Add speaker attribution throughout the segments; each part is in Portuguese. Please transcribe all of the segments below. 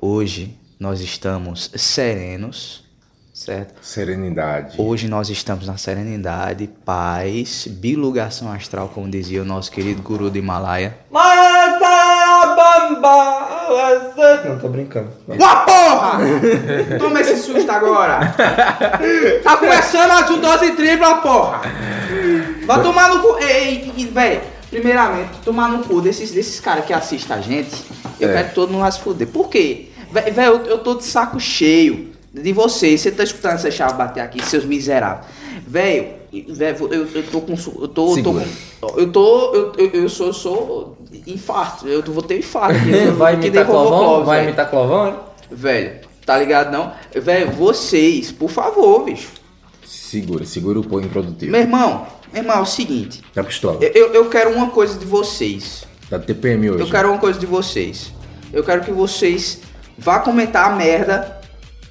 Speaker 1: hoje nós estamos serenos, certo?
Speaker 2: Serenidade.
Speaker 1: Hoje nós estamos na serenidade, paz, bilugação astral, como dizia o nosso querido guru do Himalaia.
Speaker 2: Não, tô brincando.
Speaker 1: Uma porra! Toma esse susto agora! Tá começando a tu dose tripla, porra! Vai tomar no cu. Ei, ei, velho. Primeiramente, tomar no cu desses, desses caras que assistem a gente. Eu
Speaker 2: É.
Speaker 1: quero que todo mundo vai se fuder. Por quê? Velho, eu, eu tô de saco cheio de vocês. Você tá escutando essa chave bater aqui, seus miseráveis. Velho, velho, eu, eu tô com. su- Eu tô. Eu tô,
Speaker 2: Segura.
Speaker 1: com- eu, tô eu, eu, eu sou. Eu sou infarto. Eu vou ter infarto. Eu
Speaker 3: Vai
Speaker 1: que nem
Speaker 3: imitar Clovão?
Speaker 1: Robocop,
Speaker 3: Vai
Speaker 1: velho.
Speaker 3: imitar Clovão, hein?
Speaker 1: Velho, tá ligado não? Velho, vocês, por favor, bicho.
Speaker 2: Segura, segura o pô improdutivo.
Speaker 1: Meu irmão, meu irmão, é o seguinte.
Speaker 2: Da pistola. Tá
Speaker 1: eu- Eu, eu quero uma coisa de vocês.
Speaker 2: Da TPM hoje.
Speaker 1: Eu quero uma coisa de vocês. Eu quero que vocês vá comentar a merda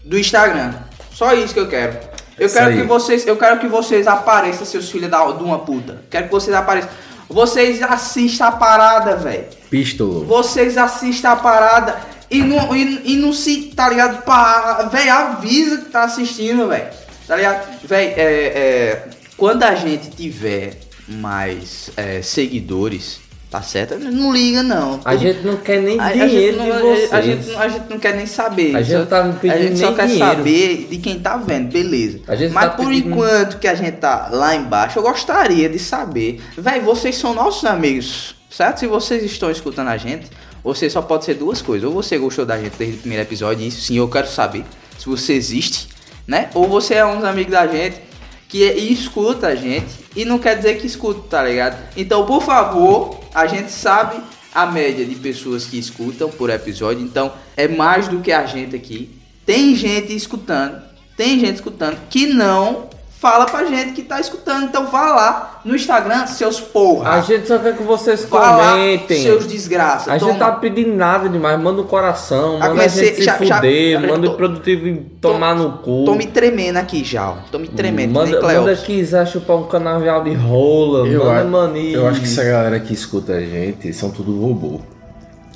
Speaker 1: do Instagram. Só isso que eu quero. Eu
Speaker 2: Isso
Speaker 1: quero
Speaker 2: aí.
Speaker 1: que vocês, eu quero que vocês apareçam, seus filhos da de uma puta. Quero que vocês apareçam. Vocês assistam a parada, velho.
Speaker 2: Pistolo.
Speaker 1: Vocês assistem a parada e não, e, e não se, tá ligado? Pá, véi, avisa que tá assistindo, velho. Tá ligado? Véi, é, é, quando a gente tiver mais é, seguidores, tá certo? Não liga, não.
Speaker 3: A gente não quer nem
Speaker 1: A- a
Speaker 3: dinheiro
Speaker 1: gente
Speaker 3: de
Speaker 1: não-
Speaker 3: vocês.
Speaker 1: A gente, não- a gente não quer nem saber.
Speaker 3: A gente
Speaker 1: só-
Speaker 3: não tá pedindo
Speaker 1: A gente só
Speaker 3: nem
Speaker 1: quer
Speaker 3: dinheiro.
Speaker 1: saber de quem tá vendo, beleza.
Speaker 3: A gente
Speaker 1: Mas
Speaker 3: tá
Speaker 1: por
Speaker 3: pedindo-
Speaker 1: enquanto que a gente tá lá embaixo, eu gostaria de saber. Véi, vocês são nossos amigos, certo? Se vocês estão escutando a gente, você só pode ser duas coisas. Ou você gostou da gente desde o primeiro episódio, e isso sim, eu quero saber se você existe, né? Ou você é um dos amigos da gente que é- e escuta a gente e não quer dizer que escuta, tá ligado? Então, por favor, a gente sabe a média de pessoas que escutam por episódio, então é mais do que a gente aqui. Tem gente escutando, tem gente escutando que não fala pra gente que tá escutando, então vá lá no Instagram, seus
Speaker 3: A
Speaker 1: porra.
Speaker 3: gente só quer que vocês
Speaker 1: Vá lá,
Speaker 3: comentem.
Speaker 1: seus desgraças.
Speaker 3: A gente
Speaker 1: Toma.
Speaker 3: tá pedindo nada demais. Manda um coração,
Speaker 1: Ah,
Speaker 3: manda a
Speaker 1: comecei-
Speaker 3: gente se
Speaker 1: já- já-
Speaker 3: fuder,
Speaker 1: já-
Speaker 3: manda
Speaker 1: tô-
Speaker 3: o produtivo tomar no cu.
Speaker 1: Tô me tremendo aqui já, ó. Tô me tremendo, que
Speaker 3: Manda,
Speaker 1: nem Cleo.
Speaker 3: manda quiser chupar um canavial de rola,
Speaker 2: Eu
Speaker 3: manda
Speaker 2: acho-
Speaker 3: mania.
Speaker 2: Eu acho que é essa galera que escuta a gente são tudo robô.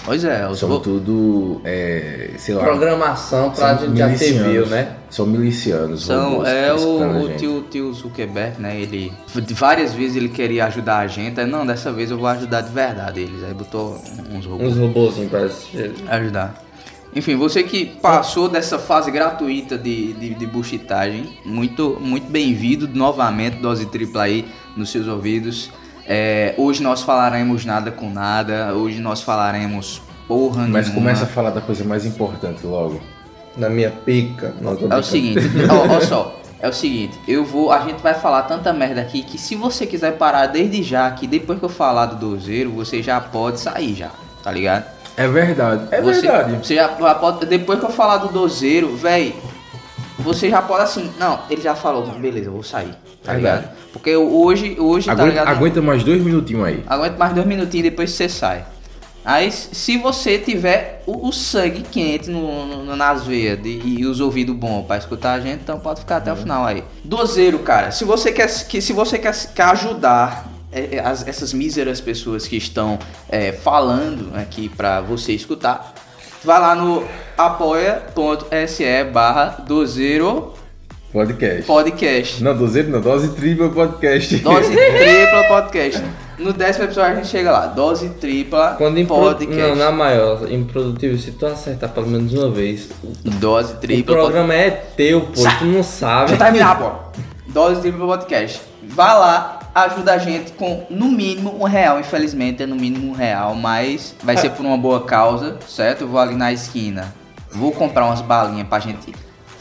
Speaker 1: Pois é, eu
Speaker 2: São
Speaker 1: sou...
Speaker 2: tudo. É, sei lá.
Speaker 3: Programação pra
Speaker 2: são
Speaker 3: gente já ter
Speaker 2: milicianos.
Speaker 3: viu, né?
Speaker 2: São milicianos.
Speaker 1: São,
Speaker 2: robôs
Speaker 1: é
Speaker 2: que escutam a
Speaker 1: o, o
Speaker 2: gente.
Speaker 1: tio, tio Zuckerberg, né? Ele de várias vezes ele queria ajudar a gente. Aí, não, dessa vez eu vou ajudar de verdade eles. Aí botou uns robôs
Speaker 3: Uns robôzinhos pra assistir.
Speaker 1: ajudar. Enfim, você que passou dessa fase gratuita de, de, de buchitagem, muito, muito bem-vindo novamente, dose tripla aí nos seus ouvidos. É, hoje nós falaremos nada com nada, hoje nós falaremos porra
Speaker 2: Mas
Speaker 1: nenhuma.
Speaker 2: começa a falar da coisa mais importante logo.
Speaker 3: Na minha pica. Não, tô
Speaker 1: É o
Speaker 3: brincando.
Speaker 1: seguinte, ó, ó só, é o seguinte, eu vou, a gente vai falar tanta merda aqui que se você quiser parar desde já, que depois que eu falar do dozeiro, você já pode sair já, tá ligado?
Speaker 2: É verdade. É
Speaker 1: você,
Speaker 2: verdade.
Speaker 1: Você já, já pode, depois que eu falar do dozeiro, véi, você já pode assim, não, ele já falou, mas beleza, eu vou sair, tá
Speaker 2: É Verdade.
Speaker 1: ligado? Porque eu- hoje, hoje, tá
Speaker 2: Aguenta,
Speaker 1: ligado?
Speaker 2: aguenta mais dois minutinhos aí.
Speaker 1: Aguenta mais dois minutinhos depois você sai. Aí, se você tiver o, o sangue quente no, no- nas veias de- e os ouvidos bons pra escutar a gente, então pode ficar até o final aí. Dozeiro, cara, se você quer, que, se você quer, quer ajudar é, é, as- essas míseras pessoas que estão é, falando aqui pra você escutar, vai lá no apoia.se barra dozeiro
Speaker 2: Podcast.
Speaker 1: podcast.
Speaker 2: Não, dozeiro não, dose tripla podcast.
Speaker 1: Dose tripla podcast. No décimo episódio a gente chega lá. Dose tripla
Speaker 3: Quando em Não,
Speaker 1: podcast.
Speaker 3: na maior, improdutivo, se tu acertar pelo menos uma vez, o
Speaker 1: Dose tripla podcast.
Speaker 3: programa é teu, pô,
Speaker 1: Sai.
Speaker 3: tu não sabe.
Speaker 1: Deixa eu terminar, pô. Dose tripla podcast. Vá lá, ajuda a gente com no mínimo um real. Infelizmente é no mínimo um real, mas vai ser por uma boa causa, certo? Eu vou ali na esquina. Vou comprar umas balinhas pra gente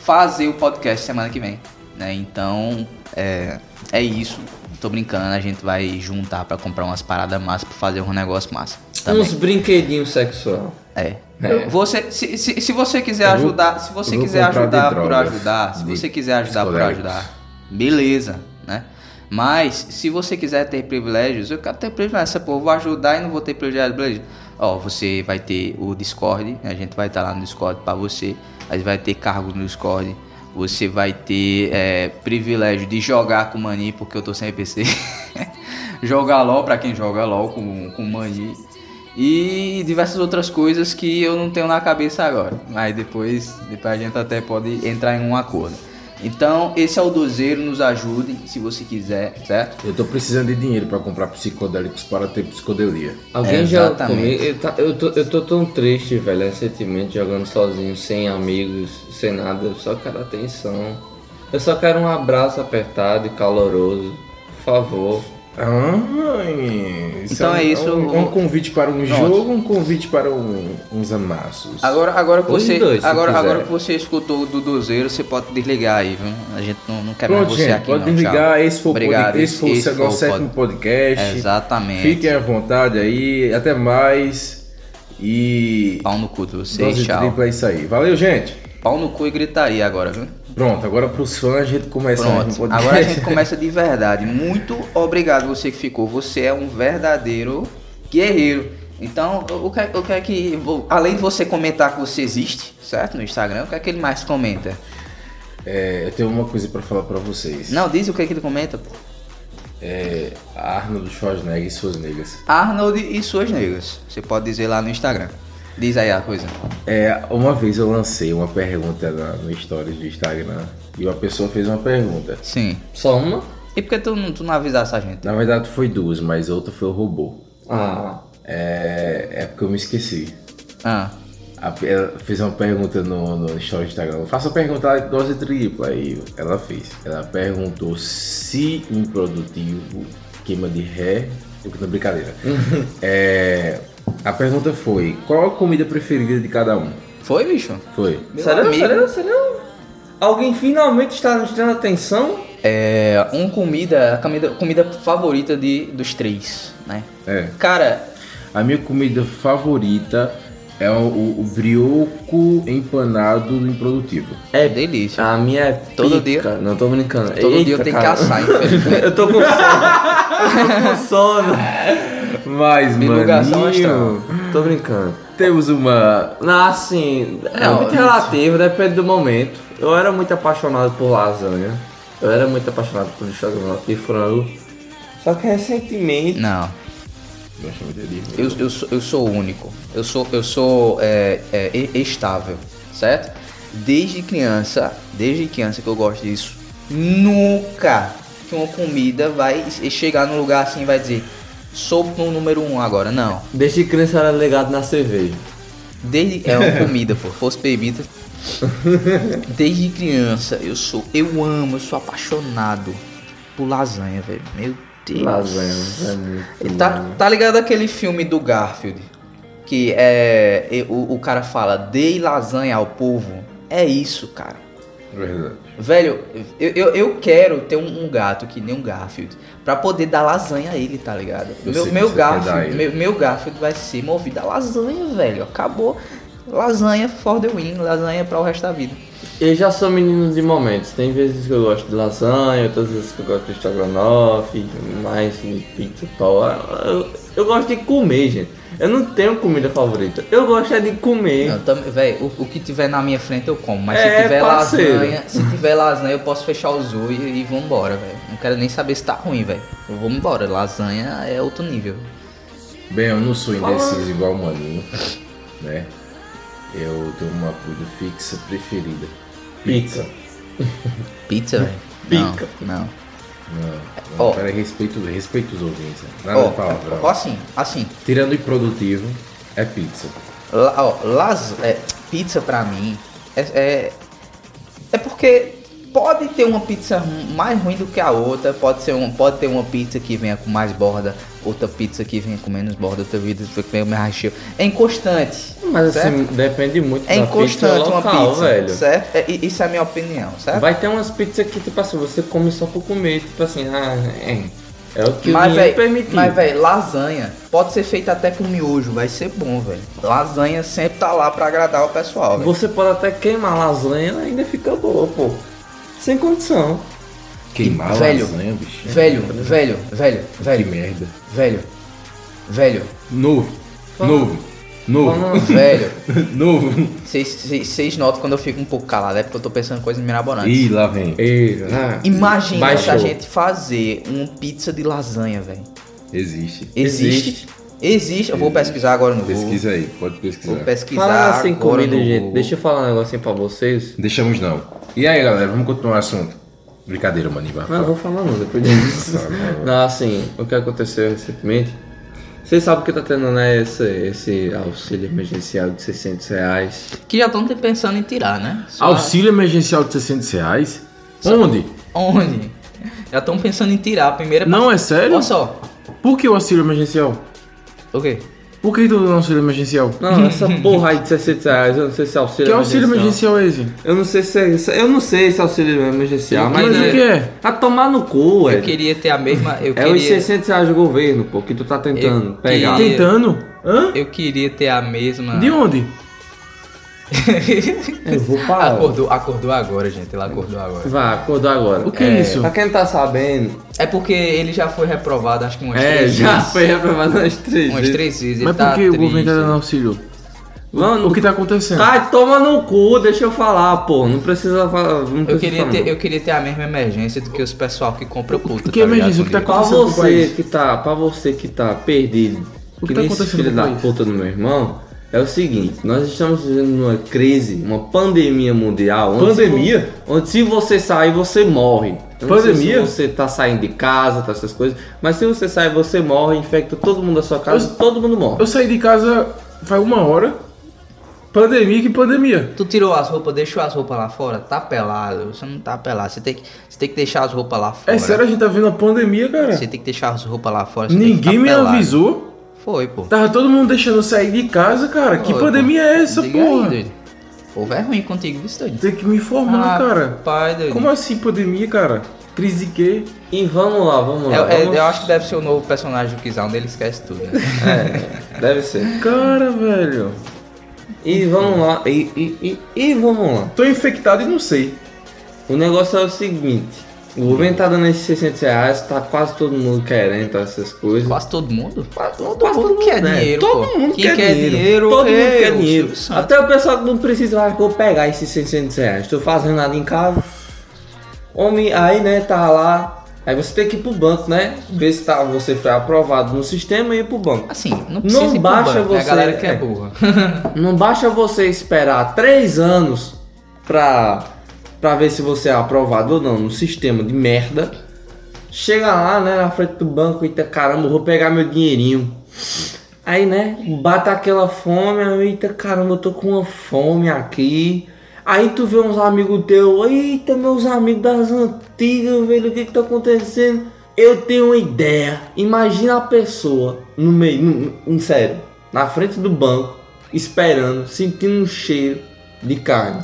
Speaker 1: fazer o podcast semana que vem. Né? Então, é, é isso. Tô brincando, a gente vai juntar pra comprar umas paradas massa pra fazer um negócio massa. Também.
Speaker 3: Uns brinquedinhos sexual.
Speaker 1: É.
Speaker 3: É.
Speaker 1: Você, se, se, se você quiser
Speaker 2: Eu vou-
Speaker 1: ajudar, se você
Speaker 2: eu vou
Speaker 1: quiser
Speaker 2: comprar de
Speaker 1: ajudar por
Speaker 2: drogas
Speaker 1: ajudar, se
Speaker 2: de
Speaker 1: você quiser ajudar por
Speaker 2: psicodélicos.
Speaker 1: ajudar, beleza, né? Mas se você quiser ter privilégios, eu quero ter privilégio, essa porra, eu vou ajudar e não vou ter privilégio. Ó, você vai ter o Discord, né? a gente vai estar lá no Discord pra você, aí vai ter cargo no Discord, você vai ter é, privilégio de jogar com o Mani, porque eu tô sem PC. jogar LOL pra quem joga LOL com, com o Mani. E diversas outras coisas que eu não tenho na cabeça agora. Mas depois, depois a gente até pode entrar em um acordo. Então, esse é o dozeiro, nos ajudem se você quiser, certo?
Speaker 2: Eu tô precisando de dinheiro pra comprar psicodélicos para ter psicodelia.
Speaker 3: Alguém
Speaker 1: É,
Speaker 3: já
Speaker 1: exatamente.
Speaker 3: comigo. Eu, tá- eu tô, eu tô tão triste, velho, recentemente, jogando sozinho, sem amigos, sem nada. Eu só quero atenção. Eu só quero um abraço apertado e caloroso. Por favor.
Speaker 2: Ai, isso
Speaker 1: Então
Speaker 2: um-
Speaker 1: é isso,
Speaker 2: Um,
Speaker 1: eu-
Speaker 2: um convite para um
Speaker 1: Pronto.
Speaker 2: jogo, um convite para um- uns amassos.
Speaker 1: Agora, agora, que
Speaker 3: Os
Speaker 1: você,
Speaker 3: dois, se
Speaker 1: agora,
Speaker 3: quiser.
Speaker 1: agora que você escutou do dozeiro, você pode desligar aí, viu? A gente não, não quer mais
Speaker 2: Pronto,
Speaker 1: você
Speaker 2: gente,
Speaker 1: aqui.
Speaker 2: pode
Speaker 1: não,
Speaker 2: desligar.
Speaker 1: tchau.
Speaker 2: Esse foi
Speaker 1: Obrigado,
Speaker 2: o podcast. Esse, foi o seu- nosso
Speaker 1: pod-
Speaker 2: sétimo podcast.
Speaker 1: Exatamente.
Speaker 2: Fiquem à vontade aí. Até mais. E.
Speaker 1: Pau no cu de vocês,
Speaker 2: Dose
Speaker 1: tchau.
Speaker 2: tripla é isso aí. Valeu, gente.
Speaker 1: Pau no cu e gritaria agora, viu?
Speaker 2: Pronto, agora pros fãs a gente começa mais um
Speaker 1: Pronto.
Speaker 2: podcast.
Speaker 1: Agora a gente começa de verdade. Muito obrigado você que ficou. Você é um verdadeiro guerreiro. Então, o que, é- o que é que. vo- Além de você comentar que você existe, certo? No Instagram, o que é que ele mais comenta?
Speaker 2: É, eu tenho uma coisa pra falar pra vocês.
Speaker 1: Não, diz o que é que ele comenta, pô.
Speaker 2: É, Arnold Schwarzenegger e suas negras.
Speaker 1: Arnold e suas negras. Você pode dizer lá no Instagram. Diz aí a coisa.
Speaker 2: É, uma vez eu lancei uma pergunta na, no Stories do Instagram e uma pessoa fez uma pergunta.
Speaker 1: Sim.
Speaker 3: Só uma?
Speaker 1: E por que tu, não- tu não avisasse a gente?
Speaker 2: Na verdade foi duas, mas a outra foi o robô.
Speaker 3: Ah.
Speaker 2: É, é porque eu me esqueci.
Speaker 1: Ah.
Speaker 2: A, ela fez uma pergunta no, no story do Instagram. Faça perguntar dose tripla. E ela fez. Ela perguntou se um produtivo queima de ré. Eu não, brincadeira. É, a pergunta foi: qual a comida preferida de cada um?
Speaker 1: Foi, bicho?
Speaker 2: Foi.
Speaker 1: Meu
Speaker 3: será?
Speaker 1: amigo.
Speaker 3: Será? Será? Alguém finalmente está nos dando atenção?
Speaker 1: É. Um comida. A comida, comida favorita de, dos três, né?
Speaker 2: É.
Speaker 1: Cara,
Speaker 2: A minha comida favorita é o, o, o brioco empanado do improdutivo.
Speaker 1: É delícia.
Speaker 3: A minha é
Speaker 1: Todo
Speaker 3: pica. Não tô brincando.
Speaker 1: Todo dia eu tenho que caçar, infelizmente.
Speaker 3: eu tô com sono. eu tô com sono.
Speaker 2: Mas,
Speaker 1: Divulgação
Speaker 2: maninho,
Speaker 3: Tô brincando.
Speaker 2: temos uma.
Speaker 3: Não, assim, é
Speaker 1: Não,
Speaker 3: muito
Speaker 1: isso.
Speaker 3: relativo, depende do momento. Eu era muito apaixonado por lasanha. Eu era muito apaixonado por estrogonofe de frango. Só que recentemente.
Speaker 1: Não,
Speaker 2: Eu chamo de né? livro.
Speaker 1: eu, eu, sou, eu sou único. Eu sou, eu sou é, é, e- estável, certo? Desde criança, desde criança que eu gosto disso. Nunca que uma comida vai e- chegar num lugar assim e vai dizer sou o número um agora. Não.
Speaker 3: Desde criança eu era ligado na cerveja.
Speaker 1: Desde é uma comida, pô, fosse bebida. Desde criança eu sou, eu amo, eu sou apaixonado por lasanha, velho. Meu Deus.
Speaker 3: Lasanha, é muito.
Speaker 1: E Tá,
Speaker 2: né?
Speaker 3: bom.
Speaker 1: tá ligado aquele filme do Garfield? Que é. e- O, o cara fala, dei lasanha ao povo. É isso, cara.
Speaker 2: Verdade.
Speaker 1: Velho, eu, eu, eu quero ter um, um gato que nem um Garfield. Pra poder dar lasanha a ele, tá ligado?
Speaker 2: Eu
Speaker 1: Meu,
Speaker 2: sei que
Speaker 1: meu
Speaker 2: você quer dar
Speaker 1: Garfield,
Speaker 2: ele.
Speaker 1: meu, meu Garfield vai ser movido a lasanha, velho. Acabou. Lasanha for the win, lasanha pra o resto da vida.
Speaker 3: Eu já sou menino de momentos. Tem vezes que eu gosto de lasanha, outras vezes que eu gosto de estrogonofe, mais de pizza e tal. Eu, eu gosto de comer, gente. Eu não tenho comida favorita. Eu gosto é de comer.
Speaker 1: Não, tam- véi, o, o que tiver na minha frente eu como, mas
Speaker 3: É,
Speaker 1: se tiver
Speaker 3: parceiro.
Speaker 1: lasanha, se tiver lasanha eu posso fechar os olhos e, e vambora, velho. Não quero nem saber se tá ruim, velho. Eu vou embora, lasanha é outro nível.
Speaker 2: Bem, eu não sou
Speaker 3: Fala.
Speaker 2: indeciso igual o Maninho, né? Eu tenho uma comida fixa preferida.
Speaker 3: Pizza.
Speaker 1: Pizza, velho.
Speaker 3: Pica.
Speaker 1: Não. não.
Speaker 2: Não,
Speaker 1: Ó.
Speaker 2: não peraí, respeito, respeito os ouvintes. né? Nada
Speaker 1: Ó,
Speaker 2: de palavrão.
Speaker 1: ó, assim, assim.
Speaker 2: Tirando o improdutivo, é pizza.
Speaker 1: La, ó, las, é, pizza pra mim é, é. é porque pode ter uma pizza ru- mais ruim do que a outra. Pode, ser um, pode ter uma pizza que venha com mais borda, outra pizza que venha com menos borda, outra pizza que venha com mais recheio. É inconstante.
Speaker 3: Mas
Speaker 1: certo?
Speaker 3: assim, depende muito
Speaker 1: É
Speaker 3: da pizza
Speaker 1: inconstante
Speaker 3: local,
Speaker 1: uma pizza,
Speaker 3: velho.
Speaker 1: certo? É, i- isso é a minha opinião, certo?
Speaker 3: Vai ter umas pizzas que, tipo assim, você come só por comer, tipo assim, ah, é. É o que
Speaker 1: Mas,
Speaker 3: o
Speaker 1: velho,
Speaker 3: dinheiro permitiu.
Speaker 1: mas, velho, lasanha pode ser feita até com miojo, vai ser bom, velho. Lasanha sempre tá lá pra agradar o pessoal, velho.
Speaker 3: Você pode até queimar lasanha e ainda fica boa, pô. Sem condição.
Speaker 2: Queimar
Speaker 1: Velho.
Speaker 2: lasanha, bicho.
Speaker 3: tá
Speaker 1: Velho, velho, velho,
Speaker 2: Que
Speaker 1: velho,
Speaker 2: merda.
Speaker 1: velho, velho,
Speaker 2: Novo.
Speaker 3: Fala.
Speaker 2: Novo. Novo.
Speaker 3: Falando-
Speaker 1: velho.
Speaker 2: Novo.
Speaker 1: Vocês notam quando eu fico um pouco calado, é porque eu tô pensando em coisas mirabolantes.
Speaker 2: Ih, lá vem.
Speaker 3: Ei, ah,
Speaker 1: Imagina
Speaker 3: baixou.
Speaker 1: se a gente fazer uma pizza de lasanha, velho.
Speaker 2: Existe.
Speaker 1: Existe?
Speaker 3: Existe.
Speaker 1: Existe. Eu vou pesquisar agora no Google.
Speaker 2: Pesquisa aí, pode
Speaker 1: Vou
Speaker 2: pesquisar.
Speaker 1: pesquisar.
Speaker 3: Falando assim
Speaker 1: agora
Speaker 3: comida,
Speaker 1: no
Speaker 3: gente,
Speaker 1: Google.
Speaker 3: deixa eu falar um negocinho pra vocês.
Speaker 2: Deixamos não. E aí, galera, vamos continuar o assunto. Brincadeira, maninho. vai
Speaker 3: Não, eu
Speaker 2: falar.
Speaker 3: vou falar não, depois disso.
Speaker 2: Tá, vai, vai.
Speaker 3: Não, assim, o que aconteceu recentemente. Vocês sabem que tá tendo, né, esse, esse auxílio emergencial de 600 reais.
Speaker 1: Que já estão pensando em tirar, né? Só-
Speaker 2: Auxílio emergencial de 600 reais? Onde?
Speaker 1: Onde? Já estão pensando em tirar a primeira.
Speaker 2: Não, é sério?
Speaker 1: Olha só.
Speaker 2: Por que o auxílio emergencial?
Speaker 1: O quê?
Speaker 2: Por que tu não auxílio emergencial?
Speaker 3: Não, essa porra aí de 600 reais, eu não sei se é auxílio
Speaker 2: Que auxílio emergencial é esse?
Speaker 3: Eu não sei se é, se- eu não sei se é auxílio emergencial, mas,
Speaker 2: Mas
Speaker 3: é,
Speaker 2: o que é?
Speaker 3: A tomar no cu,
Speaker 1: Eu
Speaker 3: ué.
Speaker 1: queria ter a mesma. Eu
Speaker 3: É os
Speaker 1: queria.
Speaker 3: 600 reais do governo, pô, que tu tá tentando
Speaker 1: Eu
Speaker 3: pegar.
Speaker 1: queria-
Speaker 2: Tentando? Hã?
Speaker 1: Eu queria ter a mesma.
Speaker 2: De um- onde?
Speaker 3: Eu vou parar.
Speaker 1: Acordou, acordou agora, gente. Ela acordou agora.
Speaker 3: Vai, acordou agora.
Speaker 2: O que é isso?
Speaker 3: Pra quem não tá sabendo,
Speaker 1: É porque ele já foi reprovado, acho que umas
Speaker 3: é,
Speaker 1: três
Speaker 3: já
Speaker 1: vezes.
Speaker 3: foi reprovado umas três
Speaker 1: Umas
Speaker 3: vezes.
Speaker 1: três vezes.
Speaker 2: Mas
Speaker 1: ele tá
Speaker 2: por que o
Speaker 1: triste.
Speaker 2: governo tá dando auxílio?
Speaker 3: Mano,
Speaker 2: O que tá acontecendo?
Speaker 3: Cai, toma no cu, deixa eu falar, pô. Não precisa falar. Não
Speaker 2: tá
Speaker 3: precisa
Speaker 1: Eu queria,
Speaker 3: falar,
Speaker 1: ter,
Speaker 3: não.
Speaker 1: eu queria ter a mesma emergência do que os pessoal que compra puta.
Speaker 2: que
Speaker 1: tá ligado,
Speaker 2: emergência? O que tá
Speaker 1: comigo?
Speaker 3: Pra
Speaker 2: acontecendo com o
Speaker 3: você
Speaker 2: país?
Speaker 3: que tá. Pra você que tá perdido,
Speaker 2: O que
Speaker 3: que
Speaker 2: tá
Speaker 3: nem esse
Speaker 2: acontecendo
Speaker 3: filho
Speaker 2: com o
Speaker 3: da
Speaker 2: país?
Speaker 3: puta do meu irmão, é o seguinte, nós estamos vivendo uma crise, uma pandemia mundial. onde-
Speaker 2: Pandemia?
Speaker 3: Onde se você sair, você morre. Eu não sei
Speaker 2: Pandemia?
Speaker 3: se você tá saindo de casa, tá essas coisas, mas se você sair, você morre, infecta todo mundo da sua casa,
Speaker 2: Eu-
Speaker 3: todo mundo morre.
Speaker 2: Eu saí de casa faz uma hora. Pandemia, que pandemia?
Speaker 1: Tu tirou as roupas, deixou as roupas lá fora, tá pelado. Você não tá pelado. Você tem que, você tem que deixar as roupas lá fora.
Speaker 2: É sério, a gente tá vendo a pandemia,
Speaker 3: É.
Speaker 2: cara.
Speaker 1: Você tem que deixar as roupas lá fora. você tem que né?
Speaker 2: Ninguém
Speaker 1: tá
Speaker 2: me
Speaker 1: pelado.
Speaker 2: avisou.
Speaker 1: Foi, pô.
Speaker 3: Tá
Speaker 2: Tava todo mundo deixando eu sair de casa, cara. Que
Speaker 1: Foi,
Speaker 2: pandemia
Speaker 1: pô.
Speaker 2: é essa,
Speaker 1: Diga aí,
Speaker 2: porra?
Speaker 1: doido. Povo é ruim contigo, isso doido.
Speaker 2: Tem que me informar, cara.
Speaker 1: Pai, doido.
Speaker 2: Como assim pandemia, cara? Crise de quê?
Speaker 3: E vamos lá, vamos lá.
Speaker 2: É,
Speaker 1: Eu, eu-
Speaker 3: é? vamos-
Speaker 1: é? eu acho que deve ser o novo personagem do Kizão, ele esquece tudo. Né?
Speaker 3: É, deve ser.
Speaker 2: Cara, velho.
Speaker 3: E vamos lá, e- e, e, e vamos lá.
Speaker 2: Tô infectado e não sei.
Speaker 3: O negócio é o seguinte: o governo tá dando esses 600 reais, tá quase todo mundo querendo tá, essas coisas.
Speaker 1: Quase todo mundo?
Speaker 3: Quase
Speaker 1: quase todo mundo quer
Speaker 3: né?
Speaker 1: dinheiro,
Speaker 3: Todo
Speaker 1: pô.
Speaker 3: mundo
Speaker 1: Quem
Speaker 3: quer,
Speaker 1: quer
Speaker 3: dinheiro.
Speaker 1: dinheiro
Speaker 3: Todo
Speaker 1: é
Speaker 3: mundo quer
Speaker 1: o
Speaker 3: dinheiro.
Speaker 1: Silvio Santos.
Speaker 3: Até o pessoal que não precisa vai vou pegar esses 600 reais. Tô fazendo nada em casa. Homem, aí né, tá lá. Aí você tem que ir pro banco, né? Ver se tá, você foi aprovado no sistema e ir pro banco.
Speaker 1: Assim, não precisa ir pro
Speaker 3: baixa
Speaker 1: banco, né? A
Speaker 3: você-
Speaker 1: galera que é
Speaker 3: é.
Speaker 1: burra.
Speaker 3: Não basta você esperar três anos pra, pra ver se você é aprovado ou não no sistema de merda. Chega lá, né, na frente do banco, eita caramba, eu vou pegar meu dinheirinho. Aí, né, bate aquela fome, aí, eita caramba, eu tô com uma fome aqui. Aí tu vê uns amigos teus, eita meus amigos das antigas, velho, o que que tá acontecendo? Eu tenho uma ideia. Imagina a pessoa no meio, no, em sério, na frente do banco, esperando, sentindo um cheiro de carne.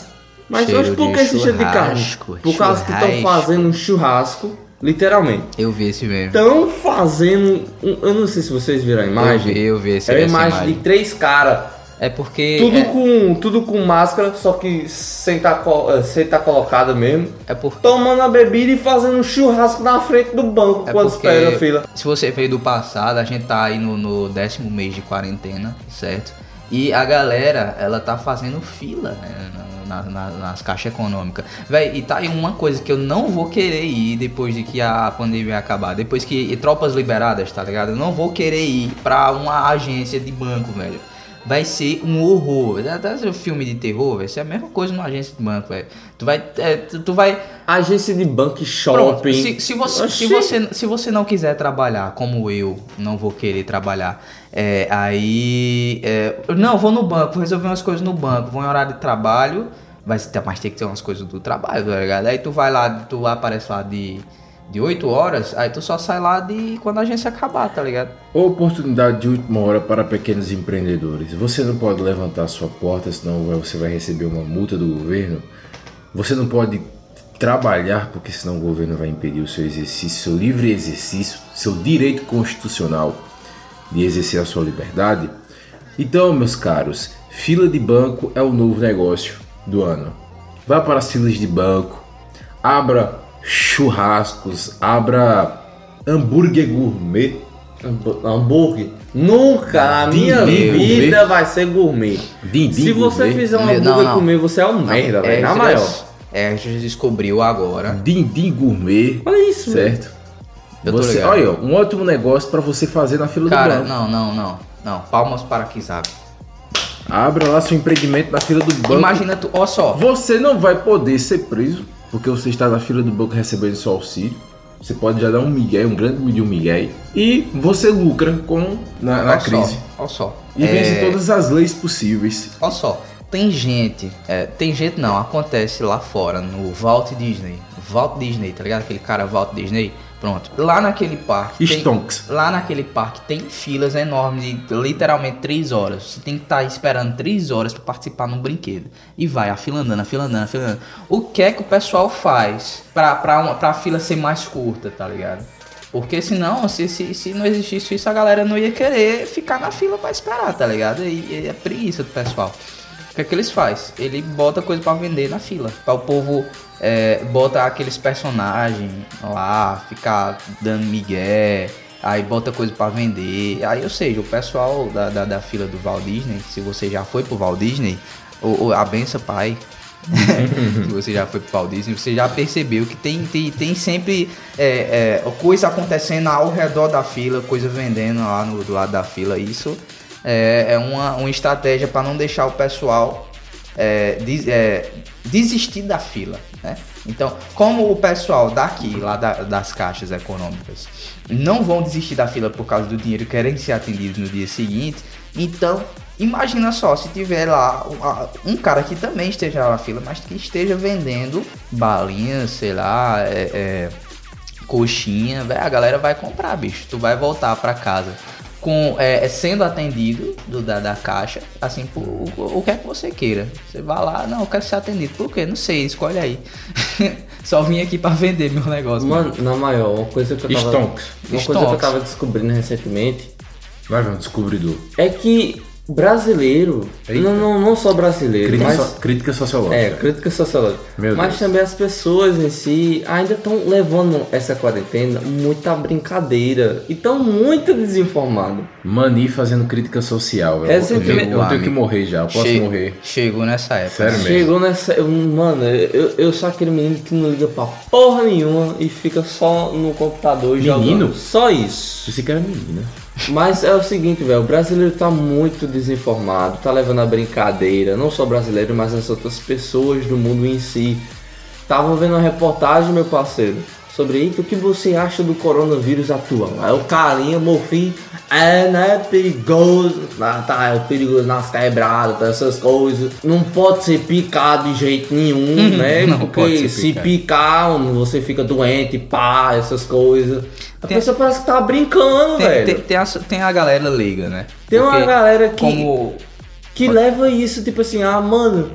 Speaker 3: Mas
Speaker 1: Cheiro
Speaker 3: hoje por
Speaker 1: de
Speaker 3: que esse cheiro de carne?
Speaker 1: churrasco,
Speaker 3: Por causa que estão
Speaker 1: churrasco.
Speaker 3: fazendo um churrasco, literalmente.
Speaker 1: Eu vi esse mesmo.
Speaker 3: Estão fazendo. um- eu não sei se vocês viram a
Speaker 1: eu
Speaker 3: imagem.
Speaker 1: vi, eu vi esse,
Speaker 3: é uma
Speaker 1: essa
Speaker 3: imagem, de três caras.
Speaker 1: É porque.
Speaker 3: Tudo,
Speaker 1: é,
Speaker 3: com, tudo com máscara, só que sem tá, co- eh, sem tá colocada mesmo.
Speaker 1: é porque.
Speaker 3: Tomando a bebida e fazendo um churrasco na frente do banco
Speaker 1: É
Speaker 3: quando
Speaker 1: porque-
Speaker 3: espera a fila.
Speaker 1: Se você veio do passado, a gente tá aí no, no décimo mês de quarentena, certo? E a galera, ela tá fazendo fila né, na- na- na- nas caixas econômicas. Véi, e tá aí uma coisa que eu não vou querer ir depois de que a pandemia acabar. Depois que e tropas liberadas, tá ligado? Eu não vou querer ir pra uma agência de banco, velho. Vai ser um horror. Até se o filme de terror, vai ser a mesma coisa numa agência de banco, velho. Tu vai. é, tu- tu vai
Speaker 3: Agência de banco e
Speaker 1: Pronto,
Speaker 3: shopping.
Speaker 1: se, se você, se,
Speaker 3: Oxi.
Speaker 1: você, se você não quiser trabalhar, como eu não vou querer trabalhar, é, aí. é, não, vou no banco, vou resolver umas coisas no banco, vou em horário de trabalho, mas, tem- mas tem que ter umas coisas do trabalho, tá ligado? Aí tu vai lá, tu aparece lá de, de 8 horas, aí tu só sai lá de quando a agência acabar, tá ligado?
Speaker 2: Oportunidade de última hora para pequenos empreendedores. Você não pode levantar sua porta, senão vai- você vai receber uma multa do governo. Você não pode trabalhar, porque senão o governo vai impedir o seu exercício, seu livre exercício, seu direito constitucional de exercer a sua liberdade. Então, meus caros, fila de banco é o novo negócio do ano. Vá para as filas de banco, abra churrascos, abra hambúrguer gourmet.
Speaker 3: Hambú- um Hambúrguer? Nunca! A minha
Speaker 2: Dinheiro,
Speaker 3: vida
Speaker 2: gourmet.
Speaker 3: vai ser gourmet.
Speaker 2: Dindim
Speaker 3: Se você
Speaker 2: gourmet.
Speaker 3: fizer um
Speaker 1: Não,
Speaker 3: hambúrguer
Speaker 1: não.
Speaker 3: comigo, você é um merda, velho. Na maior.
Speaker 1: É, a gente descobriu agora.
Speaker 2: Dindim gourmet,
Speaker 3: Olha isso, velho.
Speaker 2: certo?
Speaker 1: Eu tô
Speaker 2: Você,
Speaker 1: ligado.
Speaker 2: olha, um ótimo negócio pra você fazer na fila
Speaker 1: Cara,
Speaker 2: do banco.
Speaker 1: não, não, não. Não, palmas para Kizabe.
Speaker 2: Abra lá seu empreendimento na fila do banco.
Speaker 1: Imagina tu, ó só.
Speaker 2: Você não vai poder ser preso porque você está na fila do banco recebendo seu auxílio. Você pode já dar um migué, um grande de um migué. E você lucra com na, na
Speaker 1: ó
Speaker 2: crise.
Speaker 1: Só, ó só.
Speaker 2: E
Speaker 1: É,
Speaker 2: vence todas as leis possíveis.
Speaker 1: Olha só, tem gente, é, tem gente não, acontece lá fora, no Walt Disney. Walt Disney, tá ligado? Aquele cara Walt Disney. Pronto. Lá naquele parque. tem-
Speaker 2: Stonks.
Speaker 1: Lá naquele parque tem filas enormes de literalmente 3 horas. Você tem que estar esperando 3 horas para participar num brinquedo. E vai, a fila andando, a fila andando, a fila andando. O que é que o pessoal faz pra, pra, uma, pra fila ser mais curta, tá ligado? Porque senão, se, se, se não existisse isso, a galera não ia querer ficar na fila pra esperar, tá ligado? E, e é preguiça do pessoal. O que é que eles faz? Ele bota coisa pra vender na fila. Pra o povo é, bota aqueles personagens lá, ficar dando migué, aí bota coisa pra vender. Aí, ou seja, o pessoal da, da, da fila do Walt Disney, se você já foi pro Walt Disney, ou, ou a benção pai, É. se você já foi pro Walt Disney, você já percebeu que tem, tem, tem sempre é, é, coisa acontecendo ao redor da fila, coisa vendendo lá no, do lado da fila. Isso é, é uma, uma estratégia para não deixar o pessoal é, des- é, desistir da fila, né? Então, como o pessoal daqui, lá da- das caixas econômicas, não vão desistir da fila por causa do dinheiro querem ser atendidos no dia seguinte, então imagina só se tiver lá um- a- um cara que também esteja na fila, mas que esteja vendendo balinhas, sei lá, é, é, coxinha, velho, a galera vai comprar, bicho. Tu vai voltar pra casa com é, sendo atendido do, da, da caixa, assim, por, o, o que é que você queira. Você vai lá, não, eu quero ser atendido. Por quê? Não sei, escolhe aí. Só vim aqui pra vender meu negócio.
Speaker 3: Mano, na maior, uma coisa que eu tava.
Speaker 2: Stonks.
Speaker 3: Uma coisa que eu
Speaker 1: Stonks.
Speaker 3: tava descobrindo recentemente
Speaker 2: Vai ver um descobridor.
Speaker 3: é que brasileiro,
Speaker 2: Eita.
Speaker 3: não, não, não só brasileiro,
Speaker 2: Crítica,
Speaker 3: mas.
Speaker 2: so- crítica
Speaker 3: É,
Speaker 2: sociológica.
Speaker 3: crítica sociológica.
Speaker 2: Meu
Speaker 3: mas
Speaker 2: Deus.
Speaker 3: também as pessoas em si ainda estão levando essa quarentena muita brincadeira e estão muito desinformados.
Speaker 2: Mani fazendo crítica social. velho.
Speaker 3: É,
Speaker 2: Eu,
Speaker 3: você
Speaker 2: eu,
Speaker 3: tem-
Speaker 2: eu tenho que morrer já. Eu posso
Speaker 1: Chega-
Speaker 2: morrer.
Speaker 1: Chegou nessa época.
Speaker 2: Sério mesmo.
Speaker 3: Chegou nessa. eu- mano, eu, eu sou aquele menino que não liga pra porra nenhuma e fica só no computador
Speaker 2: Menino?
Speaker 3: jogando. Só isso.
Speaker 2: Você que era né? menina.
Speaker 3: Mas é o seguinte, velho, o brasileiro tá muito desinformado, tá levando a brincadeira, não só o brasileiro, mas as outras pessoas do mundo em si. Tava vendo uma reportagem, meu parceiro, sobre eita, o que você acha do coronavírus atual? Aí o carinha, meu filho, é, né, perigoso, ah, tá, é perigoso nas quebradas, tá, essas coisas. Não pode ser picado de jeito nenhum, né,
Speaker 1: Uhum. Não
Speaker 3: porque
Speaker 1: pode ser
Speaker 3: se
Speaker 1: picado.
Speaker 3: picar, você fica doente, pá, essas coisas. A
Speaker 1: Tem-
Speaker 3: pessoa parece que tá brincando,
Speaker 1: Tem,
Speaker 3: velho.
Speaker 1: tem, tem, a, tem a galera leiga, né?
Speaker 3: Tem uma
Speaker 1: Porque
Speaker 3: galera que,
Speaker 1: Como.
Speaker 3: que leva isso, tipo assim, ah, mano,